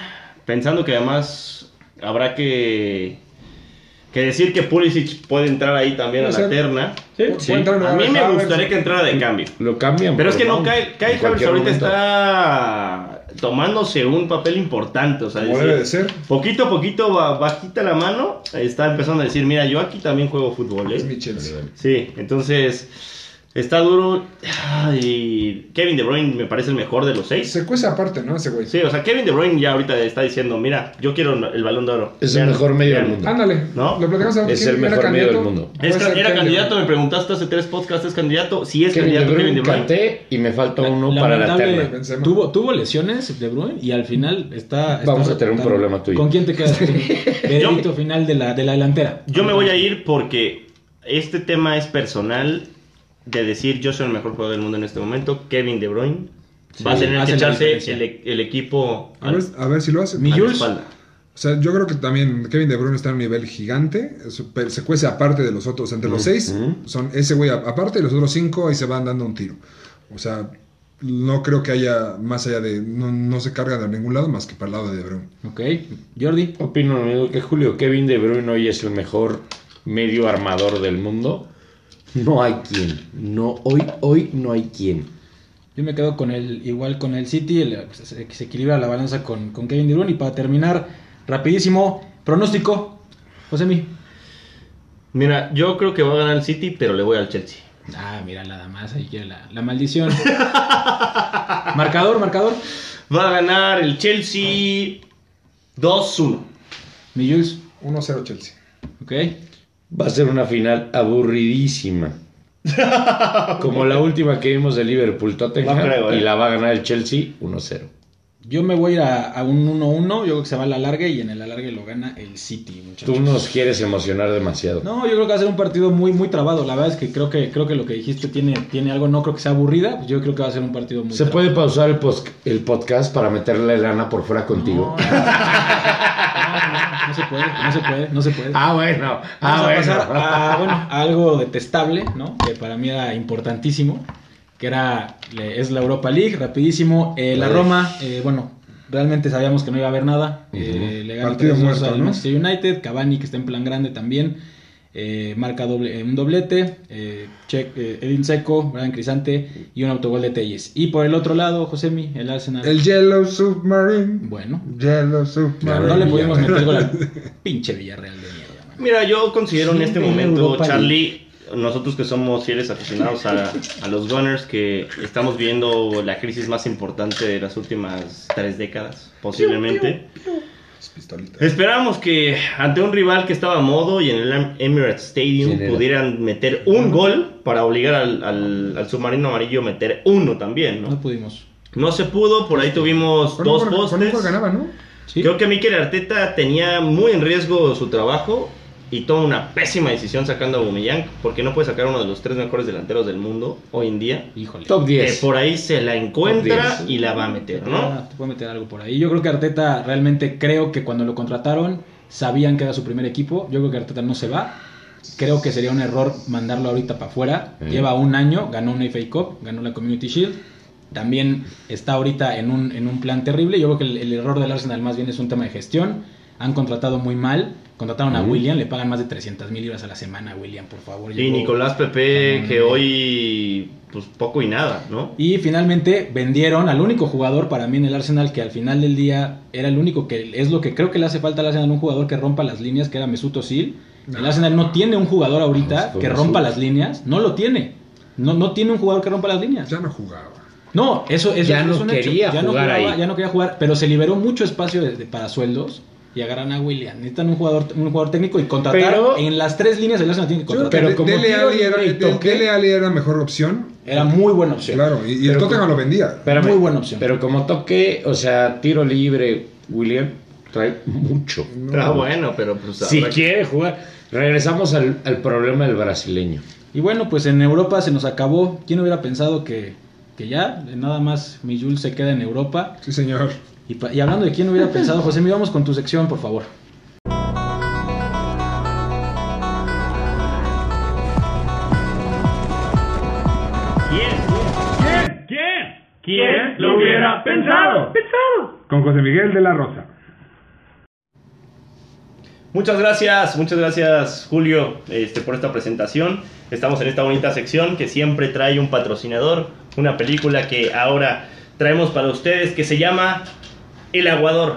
S2: pensando que además habrá que, que decir que Pulisic puede entrar ahí también a
S1: O sea,
S2: la terna.
S1: Puede entrar en
S2: A
S1: lugar
S2: mí
S1: de
S2: me
S1: Havertz.
S2: gustaría que entrara de cambio.
S4: Lo cambian.
S2: Pero es que no,
S4: perdón,
S2: Kyle,
S4: en
S2: Kyle Havertz
S4: cualquier
S2: ahorita
S4: momento.
S2: está tomándose un papel importante. O sea,
S1: Como debe de ser.
S2: poquito a poquito, ba- bajita la mano, está empezando a decir, mira, yo aquí también juego fútbol. ¿eh?".
S1: Es mi Chelsea.
S2: Sí, entonces Está duro. Ay, Kevin De Bruyne me parece el mejor de los seis.
S1: Se cuece aparte, ¿no? Ese güey.
S2: Sí, o sea, Kevin De Bruyne ya ahorita está diciendo, mira, yo quiero el balón de oro.
S4: Es el mejor medio del mundo.
S1: Ándale.
S2: ¿No?
S1: Lo platicamos a ver
S4: Es
S1: quién
S4: el
S1: era
S4: mejor medio del
S1: candidato.
S4: mundo.
S2: Es
S1: Puede
S2: can-
S1: ser
S2: era
S1: Kevin De
S2: candidato,
S1: Bruyne.
S2: me preguntaste hace tres podcasts, ¿es candidato? Sí, es
S4: Kevin De
S2: candidato
S4: Bruyne,
S2: Kevin De Bruyne.
S4: Kanté y me falta uno para la
S3: Lamentable,
S4: terna.
S1: Benzema.
S3: Tuvo, tuvo lesiones De Bruyne y al final está. está
S4: Vamos a tener un
S3: resultando.
S4: problema tú y yo.
S3: ¿Con quién te quedas? Veredicto final de la, de la delantera.
S2: Yo me voy a ir porque este tema es personal de decir yo soy el mejor jugador del mundo en este momento. Kevin De Bruyne va a
S3: Sí,
S2: tener que
S3: hace la
S2: echarse
S3: diferencia.
S2: el, e- el equipo
S1: A ver, a ver si lo hace.
S3: Mi-
S2: a la
S3: Jules.
S2: espalda.
S1: O sea, yo creo que también Kevin De Bruyne está a un nivel gigante. eso, pero Se cuece aparte de los otros. Entre los seis, son ese güey a- aparte y los otros cinco ahí se van dando un tiro. O sea, no creo que haya más allá de. No, no se carga de ningún lado más que para el lado de De Bruyne.
S3: Ok, Jordi.
S4: Opino lo mismo que Julio. Kevin De Bruyne hoy es el mejor medio armador del mundo. No hay quien. No, hoy, hoy no hay quien.
S3: Yo me quedo con el igual con el City, el- pues, se, se equilibra la balanza con, con Kevin De Bruyne. Y para terminar, rapidísimo, pronóstico. Josemi.
S2: Mira, yo creo que va a ganar el City, pero le voy al Chelsea.
S3: Ah, mira, nada más, ahí quiere la, la maldición. marcador, marcador.
S2: Va a ganar el Chelsea 2-1.
S3: Mi Jules.
S1: 1-0 Chelsea.
S3: Ok.
S4: Va a ser una final aburridísima. Como la última que vimos de Liverpool Tottenham.
S2: No creo, ¿eh?
S4: Y la va a ganar el Chelsea 1-0.
S3: Yo me voy a ir a, a un 1-1. Yo creo que se va a la larga y en el alargue lo gana el City, muchachos.
S4: Tú nos quieres emocionar demasiado.
S3: No, yo creo que va a ser un partido muy, muy trabado. La verdad es que creo que, creo que lo que dijiste tiene, tiene algo. No creo que sea aburrida. pues Yo creo que va a ser un partido muy
S4: ¿Se
S3: trabado.
S4: puede pausar el, pos- el podcast para meterle lana por fuera contigo?
S3: No, no, no, no se puede, no se puede, no se puede.
S4: Ah, bueno. Ah,
S3: Vamos a
S4: bueno.
S3: pasar a, bueno, a algo detestable, ¿no? Que para mí era importantísimo, que era, le- es la Europa League, rapidísimo. Eh, la
S1: Pues.
S4: Uf.
S3: Roma, eh, bueno, realmente sabíamos que no iba a haber nada. Eh, le gana
S1: Partido
S3: 3-2
S1: muerto,
S3: al
S1: ¿no?
S3: Manchester United, Cavani que está en plan grande también. eh, marca doble, eh, un doblete, eh, Che- eh, Edin Seco, Brian Crisante y un autogol de Telles. Y por el otro lado, Josemi, el Arsenal.
S1: El Yellow Submarine.
S3: Bueno,
S1: Yellow Submarine.
S3: no le pudimos
S4: Villarreal.
S3: meter gol al pinche Villarreal de mierda. man.
S2: Mira, yo considero en este
S4: Siempre
S2: momento,
S4: Europa
S2: Charlie, nosotros que somos fieles aficionados a, a los Gunners, que estamos viendo la crisis más importante de las últimas tres décadas, posiblemente.
S1: Las pistolitas.
S2: Esperábamos que ante un rival que estaba a modo y en el Em- Emirates Stadium
S4: ¿Quién era?
S2: pudieran meter un gol para obligar al, al- al submarino amarillo a meter uno también,
S3: No
S2: ¿no?
S3: pudimos.
S2: No se pudo, por ahí tuvimos
S1: Con
S2: dos
S1: un gol- Con un
S2: postes.
S1: gol ganaba, ¿no?
S3: ¿Sí?
S2: Creo que Mikel Arteta tenía muy en riesgo su trabajo y toma una pésima decisión sacando a Aubameyang porque no puede sacar uno de los tres mejores delanteros del mundo hoy en día.
S3: Híjole.
S4: Top
S2: Que
S4: 10.
S2: por ahí se la encuentra
S4: Top 10.
S2: y la va a meter, ¿no?
S3: Ah, te puede meter algo por ahí. Yo creo que Arteta realmente creo que cuando lo contrataron sabían que era su primer equipo. Yo creo que Arteta no se va. Creo que sería un error mandarlo ahorita para afuera.
S4: Sí.
S3: Lleva un año, ganó una FA Cup, ganó la Community Shield. También está ahorita en un, en un plan terrible. Yo creo que el, el error del Arsenal más bien es un tema de gestión. Han contratado muy mal. Contrataron a
S4: Ujú.
S3: William, le pagan más de 300 mil libras a la semana a William, por favor.
S2: Y
S3: Llegó-
S2: Nicolás Pepe,
S3: Mm.
S2: que hoy, pues poco y nada, ¿no?
S3: Y finalmente vendieron al único jugador para mí en el Arsenal que al final del día era el único que es lo que creo que le hace falta al Arsenal, un jugador que rompa las líneas, que era Mesut Özil. El Arsenal no tiene un jugador ahorita
S4: Justo
S3: que
S4: Ah. Mesut.
S3: rompa las líneas, no lo tiene. No, no tiene un jugador que rompa las líneas.
S1: Ya no jugaba.
S3: No, eso, eso
S4: Ya
S3: es
S4: no
S3: un hecho.
S4: quería
S3: ya no
S4: jugar
S3: jugaba,
S4: ahí.
S3: Ya no quería jugar, pero se liberó mucho espacio de- de- para sueldos y agarran a William. Necesitan un jugador, un jugador técnico y contratar.
S4: Pero-
S3: en las tres líneas el Arsenal tiene que
S1: Yo creo que
S3: contratar.
S4: Pero
S1: De-
S4: como
S1: Dele
S4: tiro
S1: Alli era-
S4: libre y
S1: de-
S4: toque-
S1: Dele Alli era mejor opción.
S3: Era muy buena opción.
S1: Claro, y, y el
S4: Pero
S1: Tottenham
S4: como-
S1: lo vendía.
S4: Espérame,
S3: Muy buena opción.
S4: Pero como toque, o sea, tiro libre, William trae mucho.
S2: Pero bueno, pero pues...
S4: Si
S2: habrá que-
S4: quiere jugar, regresamos al, al problema del brasileño.
S3: Y bueno, pues en Europa se nos acabó. ¿Quién hubiera pensado que, que ya eh, nada más mi Jules se queda en Europa?
S1: Sí, señor.
S3: Y, pa- y hablando de quién hubiera pensado, José, me vamos con tu sección, por favor.
S1: Pues,
S6: ¿Quién lo hubiera pensado?
S1: Con José Miguel de la Rosa.
S2: Muchas gracias, muchas gracias Julio este, por esta presentación. Estamos en esta bonita sección que siempre trae un patrocinador, una película que ahora traemos para ustedes que se llama El Aguador.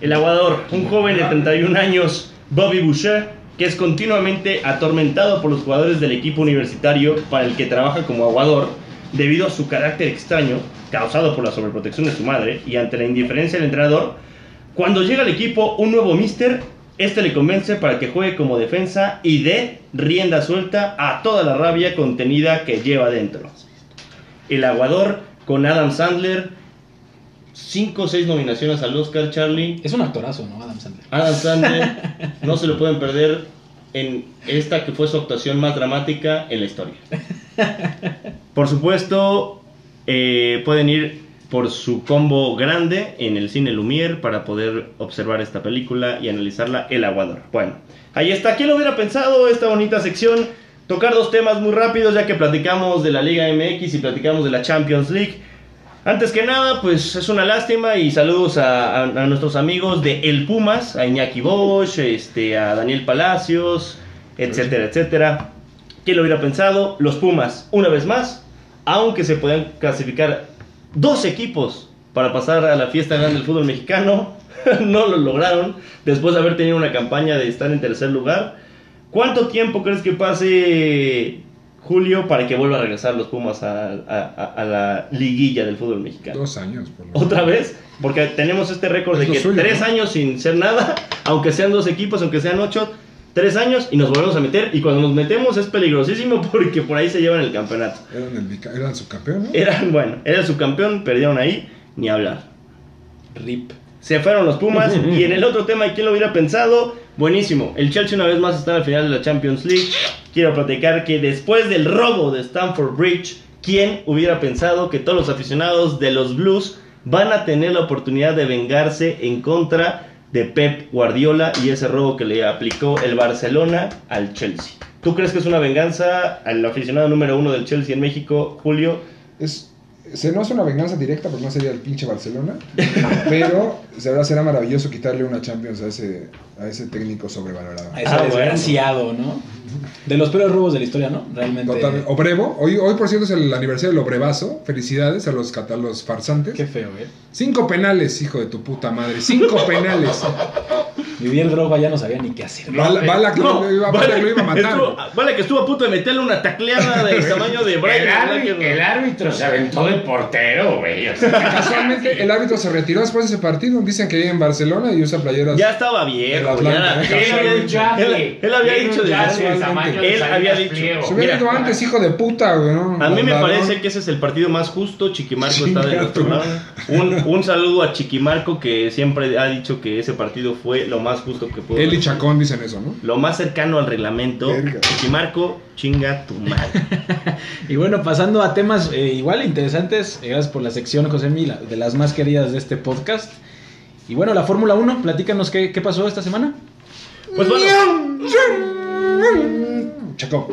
S2: El Aguador, un joven de 31 años, Bobby Boucher, que es continuamente atormentado por los jugadores del equipo universitario para el que trabaja como aguador debido a su carácter extraño causado por la sobreprotección de su madre y ante la indiferencia del entrenador. Cuando llega al equipo un nuevo mister, este le convence para que juegue como defensa y dé rienda suelta a toda la rabia contenida que lleva dentro. El aguador con Adam Sandler, 5 o 6 nominaciones al Oscar, Charlie.
S3: Es un actorazo, ¿no? Adam Sandler.
S2: Adam Sandler, Ah, no se lo pueden perder en esta que fue su actuación más dramática en la historia. Por supuesto, eh, pueden ir por su combo grande en el cine Lumière para poder observar esta película y analizarla El Aguador. Bueno, ahí está. ¿Quién lo hubiera pensado esta bonita sección? Tocar dos temas muy rápidos ya que platicamos de la Liga MX y platicamos de la Champions League. Antes que nada, pues es una lástima y saludos a, a- a nuestros amigos de El Pumas, a Iñaki Bosch, este, a Daniel Palacios, etcétera, etcétera. ¿Quién lo hubiera pensado? Los Pumas, una vez más, aunque se puedan clasificar dos equipos para pasar a la fiesta grande del fútbol mexicano, no lo lograron después de haber tenido una campaña de estar en tercer lugar. ¿Cuánto tiempo crees que pase Julio para que vuelva a regresar los Pumas a, a- a- a la liguilla del fútbol mexicano?
S1: Dos años, por lo menos.
S2: Otra vez, porque tenemos este récord de
S1: Es lo
S2: que
S1: suyo,
S2: tres
S1: ¿no?
S2: años sin ser nada, aunque sean dos equipos, aunque sean ocho, tres años y nos volvemos a meter. Y cuando nos metemos es peligrosísimo porque por ahí se llevan el campeonato.
S1: Eran, el, bica- eran subcampeón, ¿no?
S2: Eran, bueno, era el subcampeón, perdieron ahí, ni hablar.
S3: Rip.
S2: Se fueron los Pumas. y en el otro tema, ¿quién lo hubiera pensado? Buenísimo. El Chelsea una vez más está al final de la Champions League. Quiero platicar que después del robo de Stamford Bridge, ¿quién hubiera pensado que todos los aficionados de los Blues van a tener la oportunidad de vengarse en contra de Pep Guardiola y ese robo que le aplicó el Barcelona al Chelsea? ¿Tú crees que es una venganza al aficionado número uno del Chelsea en México, Julio?
S1: Es, se no hace una venganza directa porque no sería el pinche Barcelona, pero la verdad será maravilloso quitarle una Champions a ese, a ese técnico sobrevalorado.
S3: A ese
S2: Ah,
S3: desgraciado, ¿no? De los peores robos de la historia, ¿no? Realmente.
S1: Total, Obrevo, hoy, hoy por cierto es el aniversario del Obrevazo. Felicidades a los, cata- los farsantes.
S3: Qué feo, ¿eh?
S1: Cinco penales, hijo de tu puta madre. Cinco penales.
S3: Vivir el Drogba ya no sabía ni qué hacer.
S1: No,
S2: Eh,
S1: Bala- Bala que lo iba- Bala que lo iba a matar.
S2: estuvo- Bala que estuvo a punto de meterle una tacleada del tamaño de Brian.
S4: El,
S2: ¿verdad
S4: árbi-
S2: que-
S4: el árbitro se aventó de portero, güey. o sea,
S1: Casualmente el árbitro se retiró después de ese partido. Dicen que vive en Barcelona y usa playeras.
S2: Ya estaba viejo.
S1: Era
S2: ya era-
S1: blanco,
S2: él, había dicho, él- él había dicho de Él había dicho.
S1: Se hubiera
S2: Mira.
S1: ido antes, hijo de puta, güey, ¿no?
S2: A mí me
S1: Mandadón.
S2: parece que ese es el partido más justo. Chiquimarco está de
S1: Chinga
S2: nuestro
S1: tu-
S2: lado. Un, un saludo a Chiquimarco que siempre ha dicho que ese partido fue lo más justo que pudo.
S1: Él y
S2: haber sido.
S1: Chacón dicen eso, ¿no?
S2: Lo más cercano al reglamento.
S1: Verga.
S2: Chiquimarco, chinga tu madre.
S3: Y bueno, pasando a temas eh, igual interesantes, eh, gracias por la sección, José Mila, de las más queridas de este podcast. Y bueno, la Fórmula 1, platícanos qué, qué pasó esta semana.
S2: Pues bueno.
S1: Chacón.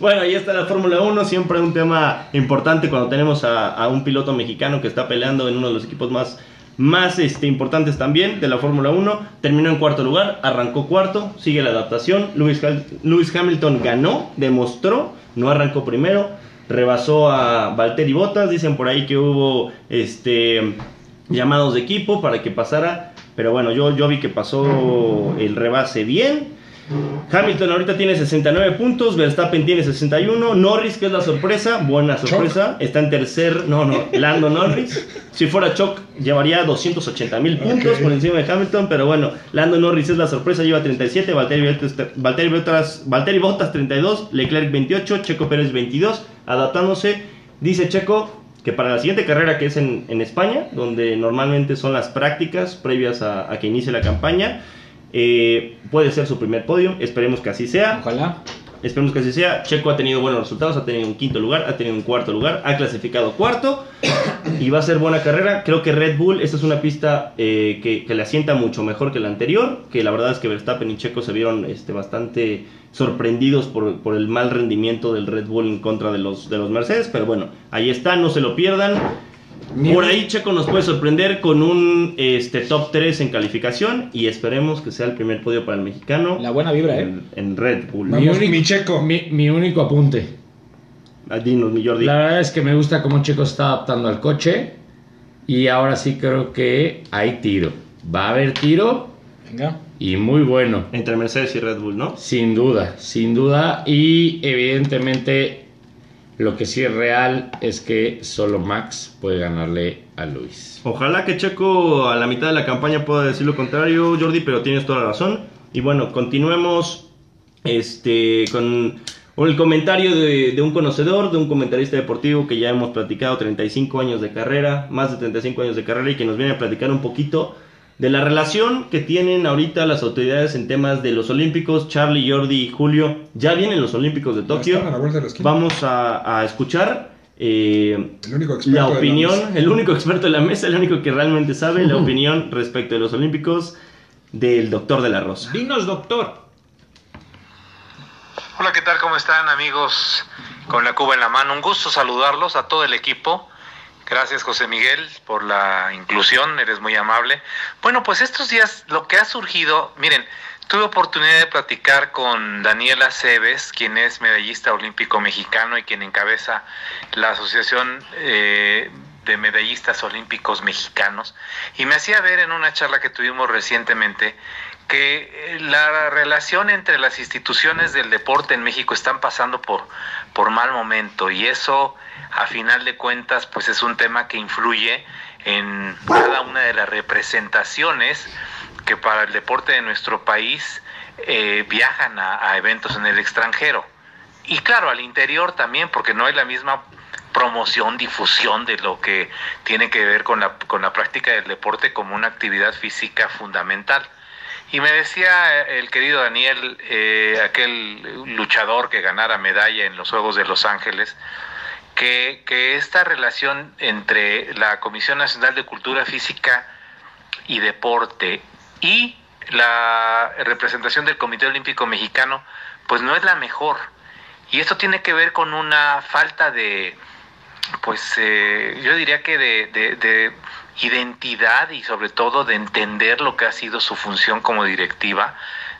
S2: Bueno, ahí está la Fórmula 1, siempre un tema importante cuando tenemos a, a un piloto mexicano que está peleando en uno de los equipos más, más este, importantes también de la Fórmula 1. Terminó en cuarto lugar, arrancó cuarto, sigue la adaptación. Lewis, Hal- Lewis Hamilton ganó, demostró, no arrancó primero, rebasó a Valtteri Bottas, dicen por ahí que hubo este, llamados de equipo para que pasara, pero bueno, yo, yo vi que pasó el rebase bien. Hamilton ahorita tiene 69 puntos, Verstappen tiene 61, Norris, que es la sorpresa, buena sorpresa, está en tercer, no, no, Lando Norris. Si fuera Choc, llevaría 280 mil puntos
S1: Ok.
S2: por encima de Hamilton, pero bueno, Lando Norris es la sorpresa, lleva 37, Valtteri Bottas, Valtteri Bottas, Valtteri Bottas 32, Leclerc 28, Checo Pérez 22, adaptándose, dice Checo. Que para la siguiente carrera que es en, en España, donde normalmente son las prácticas previas a- a que inicie la campaña, eh, puede ser su primer podio, esperemos que así sea.
S3: Ojalá.
S2: Esperemos que así sea. Checo ha tenido buenos resultados, ha tenido un quinto lugar, ha tenido un cuarto lugar, ha clasificado cuarto y va a ser buena carrera. Creo que Red Bull, esta es una pista eh, que, que le asienta mucho mejor que la anterior, que la verdad es que Verstappen y Checo se vieron este, bastante sorprendidos por, por el mal rendimiento del Red Bull en contra de los, de los Mercedes, pero bueno, ahí está, no se lo pierdan. Por ahí Checo nos puede sorprender con un este, top 3 en calificación y esperemos que sea el primer podio para el mexicano
S3: La buena vibra, ¿eh?
S2: en, en Red Bull.
S1: Vamos,
S4: único-
S1: mi checo.
S4: mi, mi único apunte.
S2: Ah, Dinos, mi Jordi.
S4: La verdad es que me gusta cómo Checo se está adaptando al coche. Y ahora sí creo que hay tiro. Va a haber tiro.
S3: Venga.
S4: y muy bueno.
S2: Entre Mercedes y Red Bull, ¿no?
S4: Sin duda, sin duda. Y evidentemente lo que sí es real es que solo Max puede ganarle a Luis.
S2: Ojalá que Checo a la mitad de la campaña pueda decir lo contrario, Jordi, pero tienes toda la razón. Y bueno, continuemos este, con, con el comentario de, de un conocedor, de un comentarista deportivo que ya hemos platicado 35 años de carrera, más de 35 años de carrera y que nos viene a platicar un poquito de la relación que tienen ahorita las autoridades en temas de los Olímpicos. Charlie, Jordi y Julio, ya vienen los Olímpicos de Tokio.
S1: Están a la vuelta de la esquina.
S2: Vamos a, a escuchar. eh,
S1: El único experto
S2: la
S1: de
S2: opinión,
S1: mesa.
S2: el único experto de la mesa, el único que realmente sabe la opinión respecto de los Olímpicos del doctor de la Rosa.
S3: Dinos, doctor.
S7: Hola, ¿qué tal? ¿Cómo están amigos con la Cuba en la mano? Un gusto saludarlos a todo el equipo. Gracias José Miguel por la inclusión, eres muy amable. Bueno, pues estos días lo que ha surgido, miren, tuve oportunidad de platicar con Daniela Cebes, quien es medallista olímpico mexicano y quien encabeza la Asociación eh, de Medallistas Olímpicos Mexicanos, y me hacía ver en una charla que tuvimos recientemente que eh, la relación entre las instituciones del deporte en México están pasando por, por mal momento y eso a final de cuentas pues es un tema que influye en cada una de las representaciones que para el deporte de nuestro país eh, viajan a, a eventos en el extranjero y claro, al interior también, porque no hay la misma promoción, difusión de lo que tiene que ver con la, con la práctica del deporte como una actividad física fundamental. Y me decía eh, el querido Daniel, eh, aquel luchador que ganara medalla en los Juegos de Los Ángeles, que, que esta relación entre la Comisión Nacional de Cultura Física y Deporte y la representación del Comité Olímpico Mexicano, pues no es la mejor. Y esto tiene que ver con una falta de, pues eh, yo diría que de, de- de identidad y sobre todo de entender lo que ha sido su función como directiva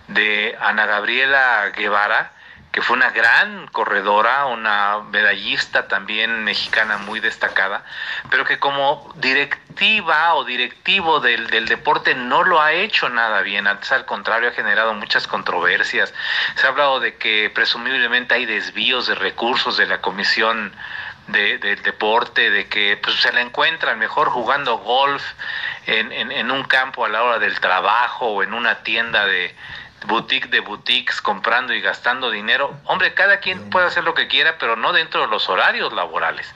S7: de Ana Gabriela Guevara, que fue una gran corredora, una medallista también mexicana muy destacada, pero que como directiva o directivo del, del deporte no lo ha hecho nada bien, antes al contrario ha generado muchas controversias. Se ha hablado de que presumiblemente hay desvíos de recursos de la comisión de, del deporte, de que pues, se la encuentran mejor jugando golf en, en, en un campo a la hora del trabajo o en una tienda de boutique de boutiques comprando y gastando dinero. Hombre, cada quien puede hacer lo que quiera, pero no dentro de los horarios laborales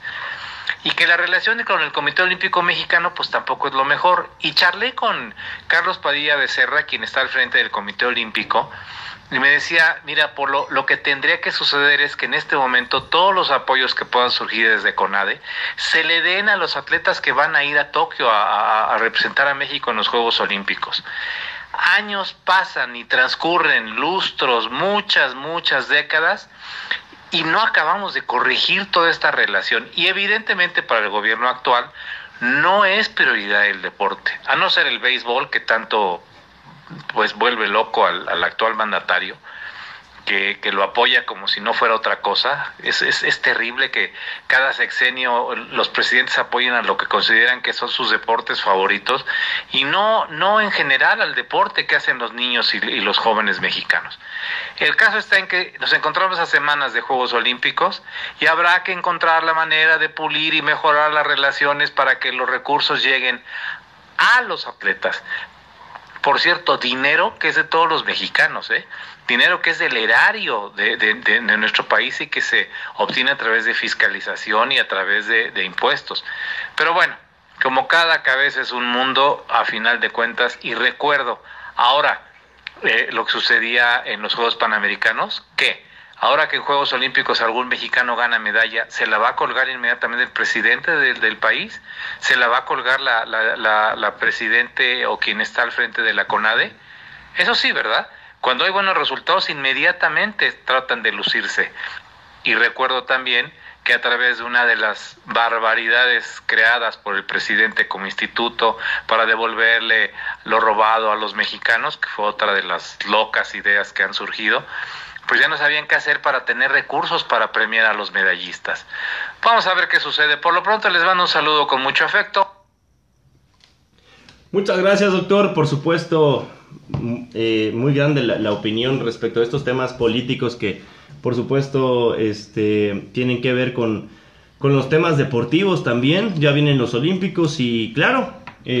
S7: y que la relación con el Comité Olímpico Mexicano pues tampoco es lo mejor. Y charlé con Carlos Padilla Becerra, quien está al frente del Comité Olímpico, y me decía, mira, Polo, lo que tendría que suceder es que en este momento todos los apoyos que puedan surgir desde CONADE se le den a los atletas que van a ir a Tokio a- a- a representar a México en los Juegos Olímpicos. Años pasan y transcurren lustros, muchas, muchas décadas, y no acabamos de corregir toda esta relación. Y evidentemente para el gobierno actual no es prioridad el deporte, a no ser el béisbol que tanto pues vuelve loco al, al actual mandatario que, que lo apoya como si no fuera otra cosa. Es, es, es terrible que cada sexenio los presidentes apoyen a lo que consideran que son sus deportes favoritos y no, no en general al deporte que hacen los niños y, y los jóvenes mexicanos. El caso está en que nos encontramos a semanas de Juegos Olímpicos y habrá que encontrar la manera de pulir y mejorar las relaciones para que los recursos lleguen a los atletas, por cierto, dinero que es de todos los mexicanos, ¿eh? dinero que es del erario de, de- de- de nuestro país y que se obtiene a través de fiscalización y a través de, de impuestos. Pero bueno, como cada cabeza es un mundo, a final de cuentas, y recuerdo ahora eh, lo que sucedía en los Juegos Panamericanos, que ahora que en Juegos Olímpicos algún mexicano gana medalla, ¿se la va a colgar inmediatamente el presidente del, del país? ¿Se la va a colgar la, la, la- la presidente o quien está al frente de la CONADE? Eso sí, ¿verdad? Cuando hay buenos resultados, inmediatamente tratan de lucirse. Y recuerdo también que a través de una de las barbaridades creadas por el presidente como instituto para devolverle lo robado a los mexicanos, que fue otra de las locas ideas que han surgido, pues ya no sabían qué hacer para tener recursos para premiar a los medallistas. Vamos a ver qué sucede. Por lo pronto les mando un saludo con mucho afecto.
S2: Muchas gracias, doctor. Por supuesto, mm, eh, muy grande la, la opinión respecto a estos temas políticos que, por supuesto, este, tienen que ver con, con los temas deportivos también. Ya vienen los Olímpicos y, claro,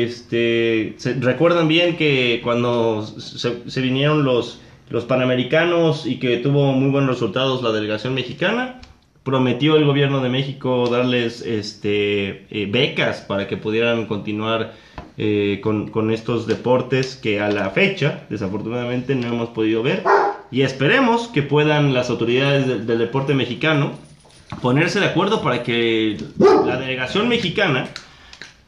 S2: este, se, recuerdan bien que cuando se, se vinieron los, los Panamericanos y que tuvo muy buenos resultados la delegación mexicana prometió el gobierno de México darles este, eh, becas para que pudieran continuar eh, con, con estos deportes que a la fecha desafortunadamente no hemos podido ver y esperemos que puedan las autoridades del, del deporte mexicano ponerse de acuerdo para que la delegación mexicana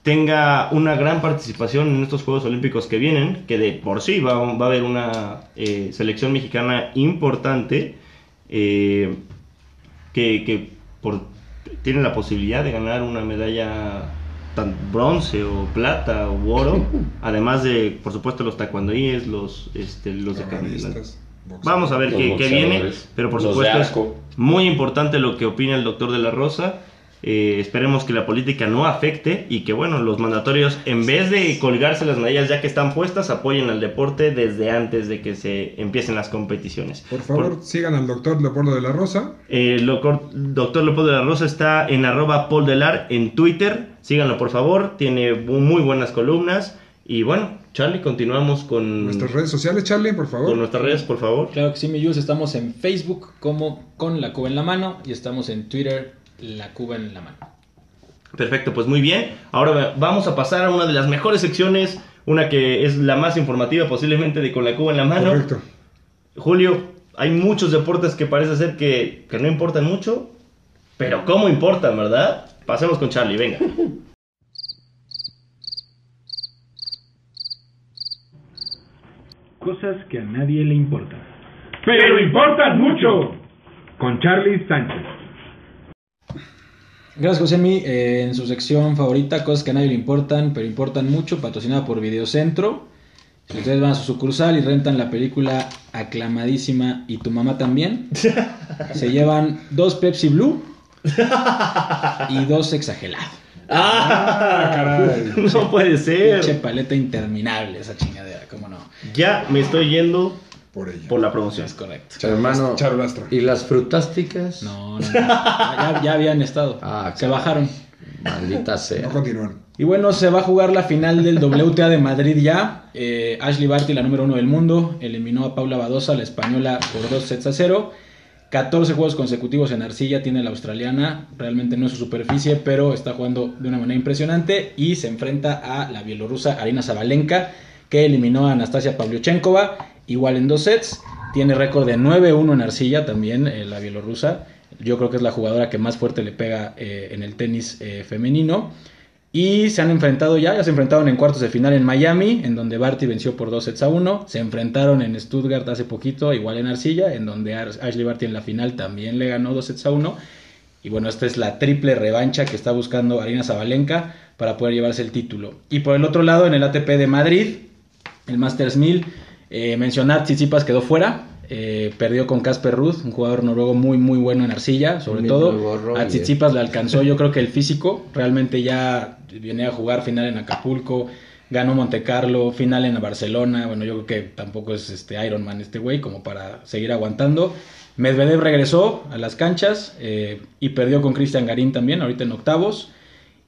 S2: tenga una gran participación en estos Juegos Olímpicos que vienen, que de por sí va, va a haber una eh, selección mexicana importante. eh, que, que por, tiene la posibilidad de ganar una medalla tan bronce o plata o oro, además de, por supuesto, los taekwondoíes, los, este, los de
S1: Carnalistas, boxeadores.
S2: Vamos a ver
S4: Los
S2: qué, qué viene,
S4: boxeadores,
S2: pero por
S4: los de
S2: supuesto es
S4: arco.
S2: muy importante lo que opina el doctor de la Rosa. Eh, esperemos que la política no afecte y que, bueno, los mandatorios, en vez de colgarse las medallas ya que están puestas, apoyen al deporte desde antes de que se empiecen las competiciones.
S1: Por favor, sigan al doctor Leopoldo de la Rosa.
S2: Eh, loco- doctor Leopoldo de la Rosa está en arroba Paul Delar en Twitter. Síganlo por favor, tiene bu- muy buenas columnas. Y bueno, Charlie, continuamos con
S1: Nuestras redes sociales, Charlie, por favor.
S2: Mm. con nuestras redes, por favor.
S3: Claro que sí, mi Jules, estamos en Facebook como con la Cuba en la mano y estamos en Twitter la Cuba en la mano.
S2: Perfecto, pues muy bien. Ahora va- vamos a pasar a una de las mejores secciones, una que es la más informativa posiblemente de Con la Cuba en la mano.
S1: Correcto.
S2: Julio, hay muchos deportes que parece ser que, que no importan mucho, pero ¿cómo importan, verdad? Pasemos con Charlie, venga.
S8: Cosas que a nadie le importan.
S6: Pero importan mucho. Con Charlie Sánchez.
S3: Gracias, Josemi. Eh, en su sección favorita, cosas que a nadie le importan, pero importan mucho, patrocinada por Videocentro. Si ustedes van a su sucursal y rentan la película aclamadísima y tu mamá también, se llevan dos Pepsi Blue y dos exagelados.
S1: Ah,
S2: No puede
S3: Pinche
S2: ser.
S3: paleta interminable esa chingadera, cómo no.
S2: Ya me estoy yendo
S1: Por ella. Ah,
S2: por la promoción.
S3: Es correcto.
S4: Hermano,
S1: Charolastra.
S4: ¿y las frutásticas?
S3: No, no, no. Ya, ya habían estado.
S4: Ah,
S3: se
S4: caray.
S3: bajaron.
S4: Maldita sea.
S1: No continúan.
S3: Y bueno, se va a jugar la final del WTA de Madrid ya. Eh, Ashley Barty, la número uno del mundo, eliminó a Paula Badosa, la española, por dos sets a cero. 14 juegos consecutivos en arcilla tiene la australiana. Realmente no es su superficie, pero está jugando de una manera impresionante. Y se enfrenta a la bielorrusa Arina Zabalenka, que eliminó a Anastasia Pavlyuchenkova, igual en dos sets. Tiene récord de 9-1 en arcilla también, eh, la bielorrusa. Yo creo que es la jugadora que más fuerte le pega eh, en el tenis eh, femenino. Y se han enfrentado ya, ya se enfrentaron en cuartos de final en Miami, en donde Barty venció por 2 sets a 1. Se enfrentaron en Stuttgart hace poquito, igual en Arcilla, en donde Ar- Ashley Barty en la final también le ganó 2 sets a 1. Y bueno, esta es la triple revancha que está buscando Arina Zabalenka para poder llevarse el título. Y por el otro lado, en el ATP de Madrid, el Masters 1000, eh, mencionar Tsitsipas quedó fuera. eh, perdió con Casper Ruth, un jugador noruego muy muy bueno en arcilla, sobre
S4: Mi nuevo
S3: todo.
S4: Roger.
S3: A Tsitsipas le alcanzó, yo creo que el físico, realmente ya viene a jugar final en Acapulco, ganó Monte Carlo, final en Barcelona, bueno, yo creo que tampoco es este Iron Man este güey como para seguir aguantando. Medvedev regresó a las canchas eh, y perdió con Cristian Garín también, ahorita en octavos.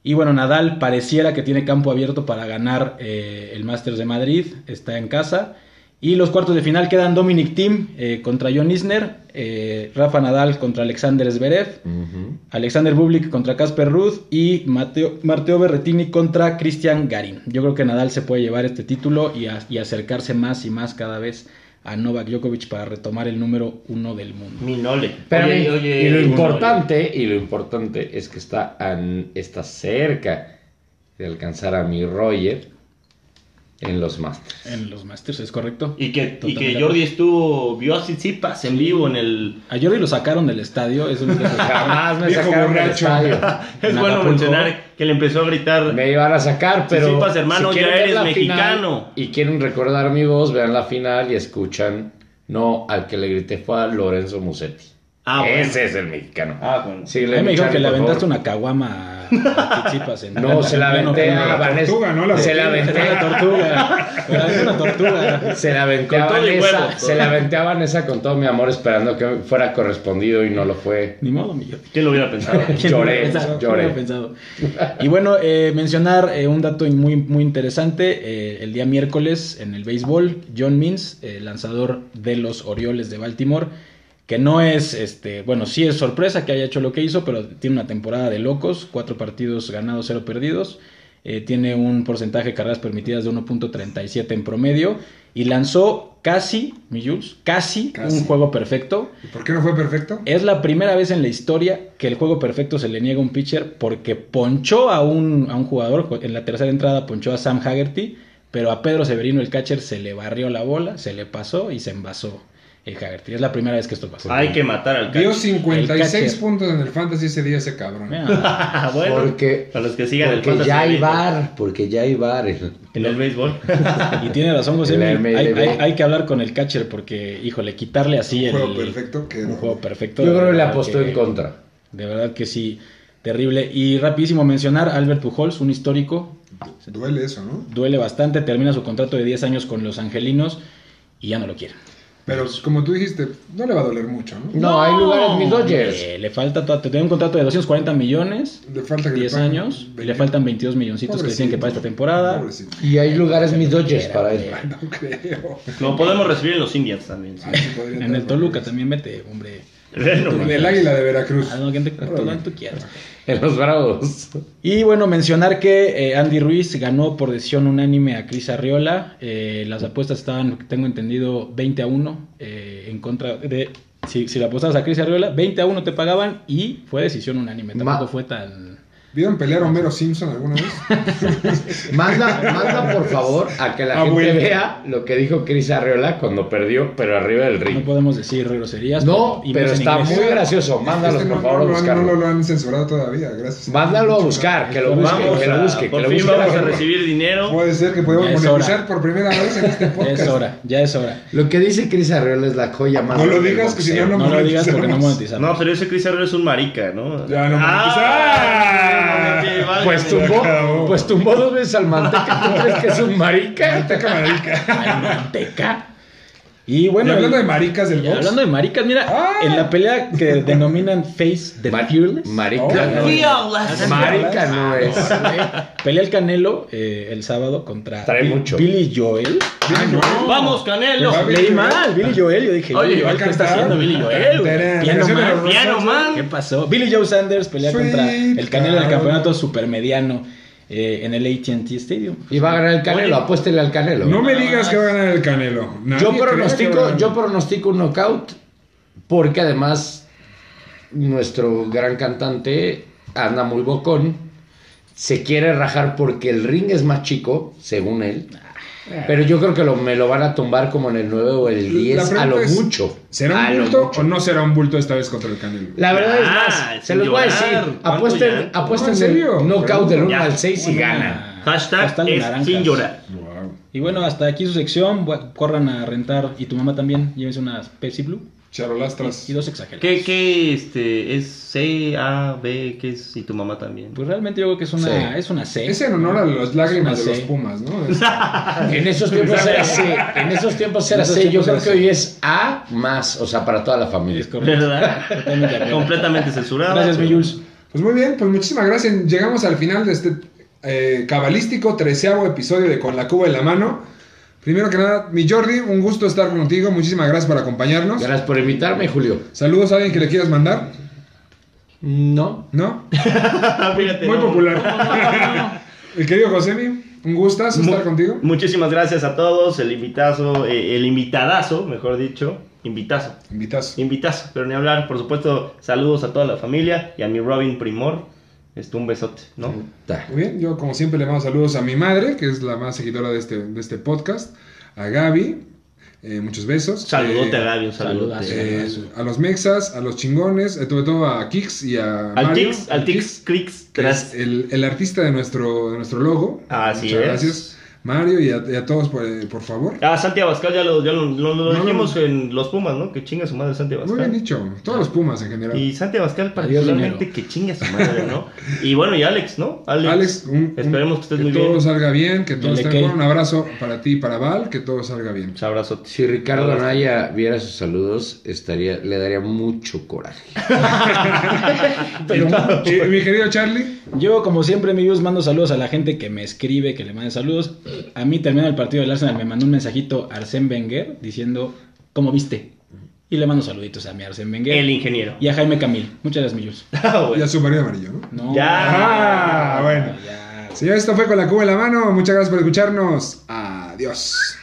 S3: Y bueno, Nadal pareciera que tiene campo abierto para ganar eh, el Masters de Madrid, está en casa. Y los cuartos de final quedan Dominic Thiem eh, contra John Isner, eh, Rafa Nadal contra Alexander Zverev,
S4: Ujú.
S3: Alexander Bublik contra Casper Ruud y Mateo, Mateo Berretini contra Cristian Garín. Yo creo que Nadal se puede llevar este título y, a- y acercarse más y más cada vez a Novak Djokovic para retomar el número uno del mundo.
S2: Minole.
S4: Pero
S2: Oye,
S4: y-
S2: oye,
S4: y lo
S2: Minole.
S4: importante, y lo importante es que está, an- está cerca de alcanzar a mi Roger en los Masters.
S3: En los Masters, ¿es correcto?
S2: Y que, y
S3: Totalmente.
S2: que Jordi estuvo, vio a Tsitsipas en vivo en el...
S3: A Jordi lo sacaron del estadio, eso es lo que-
S4: Jamás me
S1: Viejo
S4: sacaron del
S1: borracho.
S4: estadio.
S2: Es
S3: En
S2: bueno
S3: Acapulco.
S2: mencionar que le empezó a gritar...
S4: Me iban a sacar, pero.
S2: Tsitsipas, hermano,
S4: quieren
S2: ya
S4: ver
S2: eres
S4: la
S2: mexicano.
S4: final y quieren recordar mi voz, vean la final y escuchan. No, al que le grité fue a Lorenzo Musetti.
S2: Ah, bueno.
S4: Ese es el mexicano.
S2: Ah, bueno.
S4: Sí,
S3: A mí me dijeron que le aventaste
S4: una
S3: una caguama a Tsitsipas en-
S4: No, se la
S3: en pleno
S4: aventé
S3: pleno.
S4: a Vanessa.
S1: tortuga, ¿no? La
S4: se la
S1: tortuga.
S3: Se
S4: aventé
S3: la
S4: a
S3: tortuga. Se la aventé a la tortuga.
S4: Se la aventé
S2: Con
S4: a
S2: todo y
S4: Vanessa.
S2: huevo.
S4: se la aventé a Vanessa con todo mi amor esperando que fuera correspondido y no lo fue.
S3: Ni modo, mi Jordi.
S2: ¿Quién lo hubiera pensado?
S3: ¿Quién lo hubiera
S4: Lloré,
S3: pensado? ¿Quién lo
S4: lloré.
S3: hubiera pensado? Y bueno, eh, mencionar eh, un dato muy, muy interesante. eh, el día miércoles en el béisbol, John Means, eh, lanzador de los Orioles de Baltimore, que no es, este, bueno, sí es sorpresa que haya hecho lo que hizo, pero tiene una temporada de locos, cuatro partidos ganados, cero perdidos. eh, tiene un porcentaje de carreras permitidas de 1.37 en promedio y lanzó casi, mi Jules, casi,
S1: Casi.
S3: un juego perfecto.
S1: ¿Y ¿Por qué no fue perfecto?
S3: Es la primera vez en la historia que el juego perfecto se le niega a un pitcher porque ponchó a un, a un jugador. En la tercera entrada ponchó a Sam Haggerty, pero a Pedro Severino, el catcher, se le barrió la bola, se le pasó y se envasó el Haggerty. Es la primera vez que esto pasa.
S2: Hay que matar al
S1: Dio
S2: Dios.
S1: 56
S3: catcher.
S1: puntos en el fantasy ese día ese cabrón.
S3: Mira,
S2: Ah, bueno,
S5: Porque,
S2: a los que sigan el
S5: porque
S2: fantasy
S5: ya hay
S2: béisbol.
S5: bar, porque ya hay bar.
S2: En el béisbol.
S3: y tiene razón José.
S5: El
S3: Hay, hay-
S5: MLB.
S3: hay que hablar con el catcher porque, híjole, quitarle así
S1: Un
S3: el
S1: juego perfecto que
S3: un
S1: no.
S3: juego perfecto.
S4: Yo
S3: de
S4: creo que le
S3: verdad
S4: apostó
S3: que-
S4: en contra.
S3: De verdad que sí, terrible. Y rapidísimo mencionar Albert Pujols, un histórico
S1: Duele eso, ¿no?
S3: duele bastante, termina su contrato de 10 años con los angelinos y ya no lo quieren.
S1: Pero como tú dijiste, no le va a doler mucho, ¿no?
S4: No, hay lugares mis Dodgers.
S3: Eh, le falta, to- te tiene un contrato de 240 millones,
S1: Le falta que le
S3: 10
S1: paguen
S3: años, y le
S1: 20.
S3: faltan 22 milloncitos que le tienen que pagar esta temporada.
S1: Pobrecito.
S5: Y hay lugares mis Dodgers para él.
S1: No creo.
S2: Lo podemos recibir en los Indians también. sí.
S1: Así podría
S3: En
S1: entrar,
S3: el Toluca
S1: ¿no?
S3: también mete, hombre.
S2: Bueno,
S1: En el Águila de Veracruz.
S3: Ah, no, que te- todo lo que tú quieras.
S4: En los Bravos.
S3: Y bueno, mencionar que eh, Andy Ruiz ganó por decisión unánime a Cris Arriola. Eh, las apuestas estaban, tengo entendido, 20 a 1 eh, en contra de... Si, si la apostabas a Cris Arriola, 20 a 1 te pagaban y fue decisión unánime. Tampoco
S5: Ma-
S3: fue tan...
S1: ¿Vieron pelear a Homero Simpson alguna vez?
S4: Manda, manda por favor a que la
S1: Abuelo.
S4: gente vea lo que dijo Cris Arreola cuando perdió, pero arriba del
S3: No
S4: ring.
S3: podemos decir groserías.
S4: No,
S3: y
S4: pero
S3: más en
S4: está
S3: inglés.
S4: muy gracioso. Mándalo,
S1: Este
S4: por
S1: no,
S4: favor, a
S1: no, lo han- no
S4: buscarlo.
S1: lo han censurado todavía, gracias.
S4: Mándalo a buscar, que lo busque,
S2: pues, vamos
S4: que lo
S2: a-
S4: busque, que
S2: por
S4: lo
S2: fin
S4: busque. la
S2: vamos a
S4: gente.
S2: recibir dinero.
S1: Puede ser que podamos
S3: Ya es
S1: monetizar
S3: hora.
S1: por primera vez en este
S3: Ya
S1: podcast.
S3: es hora, ya es hora.
S4: Lo que dice Cris Arreola es la joya más
S1: No lo
S4: grande del
S1: digas, que si
S4: boxeo.
S1: no, no
S3: No, lo digas porque no monetizamos.
S2: No, pero ese Chris Herrera es un marica, ¿no?
S1: Ya no
S2: Ah,
S1: monetiza.
S2: sí, válgame.
S4: Pues tumbó,
S1: acabó.
S4: pues tumbó dos veces al manteca. ¿Tú crees que es un marica?
S3: Ay, manteca. Y
S1: Bueno,
S3: bueno,
S1: hablando de
S3: el-
S1: maricas del
S3: y
S1: box.
S3: hablando de maricas, mira,
S1: Ah.
S3: en la pelea que denominan Face de
S4: Mar-
S3: Fearless.
S4: Marica.
S1: Oh.
S4: no es. Marica no es.
S3: Pelea el Canelo eh, el sábado contra
S4: Trae
S3: Bi-
S4: mucho.
S3: Billy Joel. Pues,
S2: Vamos, Canelo.
S1: Ah, Billy
S3: Leí
S1: Joel.
S3: mal, Billy Joel. Yo dije,
S2: Oye,
S3: Billy
S1: va a
S3: Joel, ¿qué está
S1: cantar.
S3: haciendo Billy Joel? güey?
S1: Tarán,
S3: Piano
S1: canción de
S3: Man.
S1: los
S2: Piano
S3: ¿Qué
S2: man.
S3: pasó? Billy Joe Sanders pelea
S1: Sweet
S3: contra el Canelo del
S1: Caroline.
S3: campeonato supermediano eh, en el AT&T Stadium.
S4: Y va a ganar el Canelo, apuéstele al Canelo.
S1: No me digas que va a ganar el Canelo. Nadie
S4: yo
S1: cree que va a
S4: pronostico,
S1: ganar.
S4: yo pronostico un knockout porque además nuestro gran cantante anda muy bocón, se quiere rajar porque el ring es más chico, según él. Pero yo creo que lo, me lo van a tumbar como en el 9 o el
S1: Ah. La
S4: 10 a
S1: pregunta
S4: lo
S1: es,
S4: mucho.
S1: ¿Será
S4: a
S1: un
S4: lo
S1: bulto
S4: mucho.
S1: o no será un bulto esta vez contra el Canelo?
S4: La verdad es
S2: Ah,
S4: más, se
S2: sin
S4: los voy a
S2: llorar,
S4: decir,
S2: ¿cuánto
S4: apuesten,
S2: llanto?
S4: apuesten
S1: ¿En
S4: el
S1: serio?
S4: knockout del 1
S2: Ya.
S4: al 6 y
S3: Bueno,
S4: gana.
S2: Hashtag
S3: Hashtag
S2: es
S3: naranjas.
S2: sin llorar.
S1: Wow.
S3: Y bueno, hasta aquí su sección. Bu- Corran a rentar. Y tu mamá también. Llévense unas Pepsi Blue.
S1: Charolastras.
S3: Y dos exagerados.
S2: ¿Qué, qué este, es C, A, B, qué es? Y tu mamá también.
S3: Pues realmente yo creo que es una,
S4: Sí.
S3: es una C.
S1: Es en honor a las lágrimas de
S3: No
S1: los
S3: sé.
S1: Pumas, ¿no?
S4: En esos tiempos era C, en esos tiempos
S3: En
S4: era
S3: esos
S4: C, yo
S3: tiempos
S4: creo
S3: era
S4: que
S3: C.
S4: hoy es A más, o sea, para toda la familia.
S3: Es correcto. Totalmente de
S2: ¿Verdad?
S3: acuerdo.
S2: Completamente censurada.
S3: Gracias, mi Jules.
S1: Pues muy bien, pues muchísimas gracias. Llegamos al final de este eh, cabalístico treceavo episodio de Con la Cuba en la Mano. Primero que nada, mi Jordi, un gusto estar contigo. Muchísimas gracias por acompañarnos.
S4: Gracias por invitarme, Julio.
S1: Saludos a alguien que le quieras mandar,
S4: No.
S1: ¿no?
S2: Ah, fíjate,
S1: Muy
S2: no.
S1: popular. El querido Josemi, un gustazo estar
S2: Mu-
S1: contigo.
S2: Muchísimas gracias a todos. El invitazo, eh, el invitadazo, mejor dicho. Invitazo.
S1: Invitazo.
S2: Invitazo, pero ni hablar. Por supuesto, saludos a toda la familia y a mi Robin Primor. Este, un besote, ¿no?
S4: Ta.
S1: Muy bien, yo como siempre le mando saludos a mi madre, que es la más seguidora de este, de este podcast, a Gaby, eh, muchos besos. Eh,
S2: Saludote a Gaby, un saludote.
S3: saludazo.
S1: eh, a los mexas, a los chingones, eh, sobre todo a Kix y a
S2: Al
S1: Mario,
S2: Tix, al Tix, Crix,
S1: que eh,
S2: tras.
S1: es el, el artista de nuestro, de nuestro logo.
S2: Así
S1: Muchas
S2: es.
S1: gracias. Mario y a, y a todos, por, eh, por favor.
S2: Ah, Santi Abascal ya lo, ya lo- lo- lo
S1: No, no,
S2: dijimos
S1: no.
S2: en los Pumas, ¿no? Que chinga su madre Santi
S1: Muy bien
S2: Abascal.
S1: dicho. Todos los Pumas en general.
S2: Y Santi Abascal
S3: Adiós,
S2: particularmente
S3: dinero.
S2: que chinga su madre, ¿no? Y bueno, y Alex, ¿no? Alex,
S1: Alex, un- un-
S2: esperemos que estés muy
S1: todo
S2: bien.
S1: salga bien, que todo
S3: Dale,
S1: esté
S3: Key.
S1: bien. Un abrazo para ti y para Val, que todo salga bien.
S2: Un abrazo.
S4: Si Ricardo
S2: Abrazo.
S4: Anaya viera sus saludos, estaría, le daría mucho coraje.
S1: Y- y mi querido Charlie,
S3: Yo, como siempre, mi Dios, mando saludos a la gente que me escribe, que le mande saludos. A mí, terminando el partido del Arsenal, me mandó un mensajito Arsène Wenger diciendo, ¿cómo viste? Y le mando saluditos a mi Arsène Wenger.
S2: El ingeniero.
S3: Y a Jaime Camil. Muchas gracias, mi Dios.
S2: Ah, bueno.
S1: y a su marido amarillo, ¿no?
S3: No,
S2: Ya.
S1: Ah, bueno.
S3: ya.
S1: Señor, esto fue con la cuba en la mano. Muchas gracias por escucharnos. Adiós.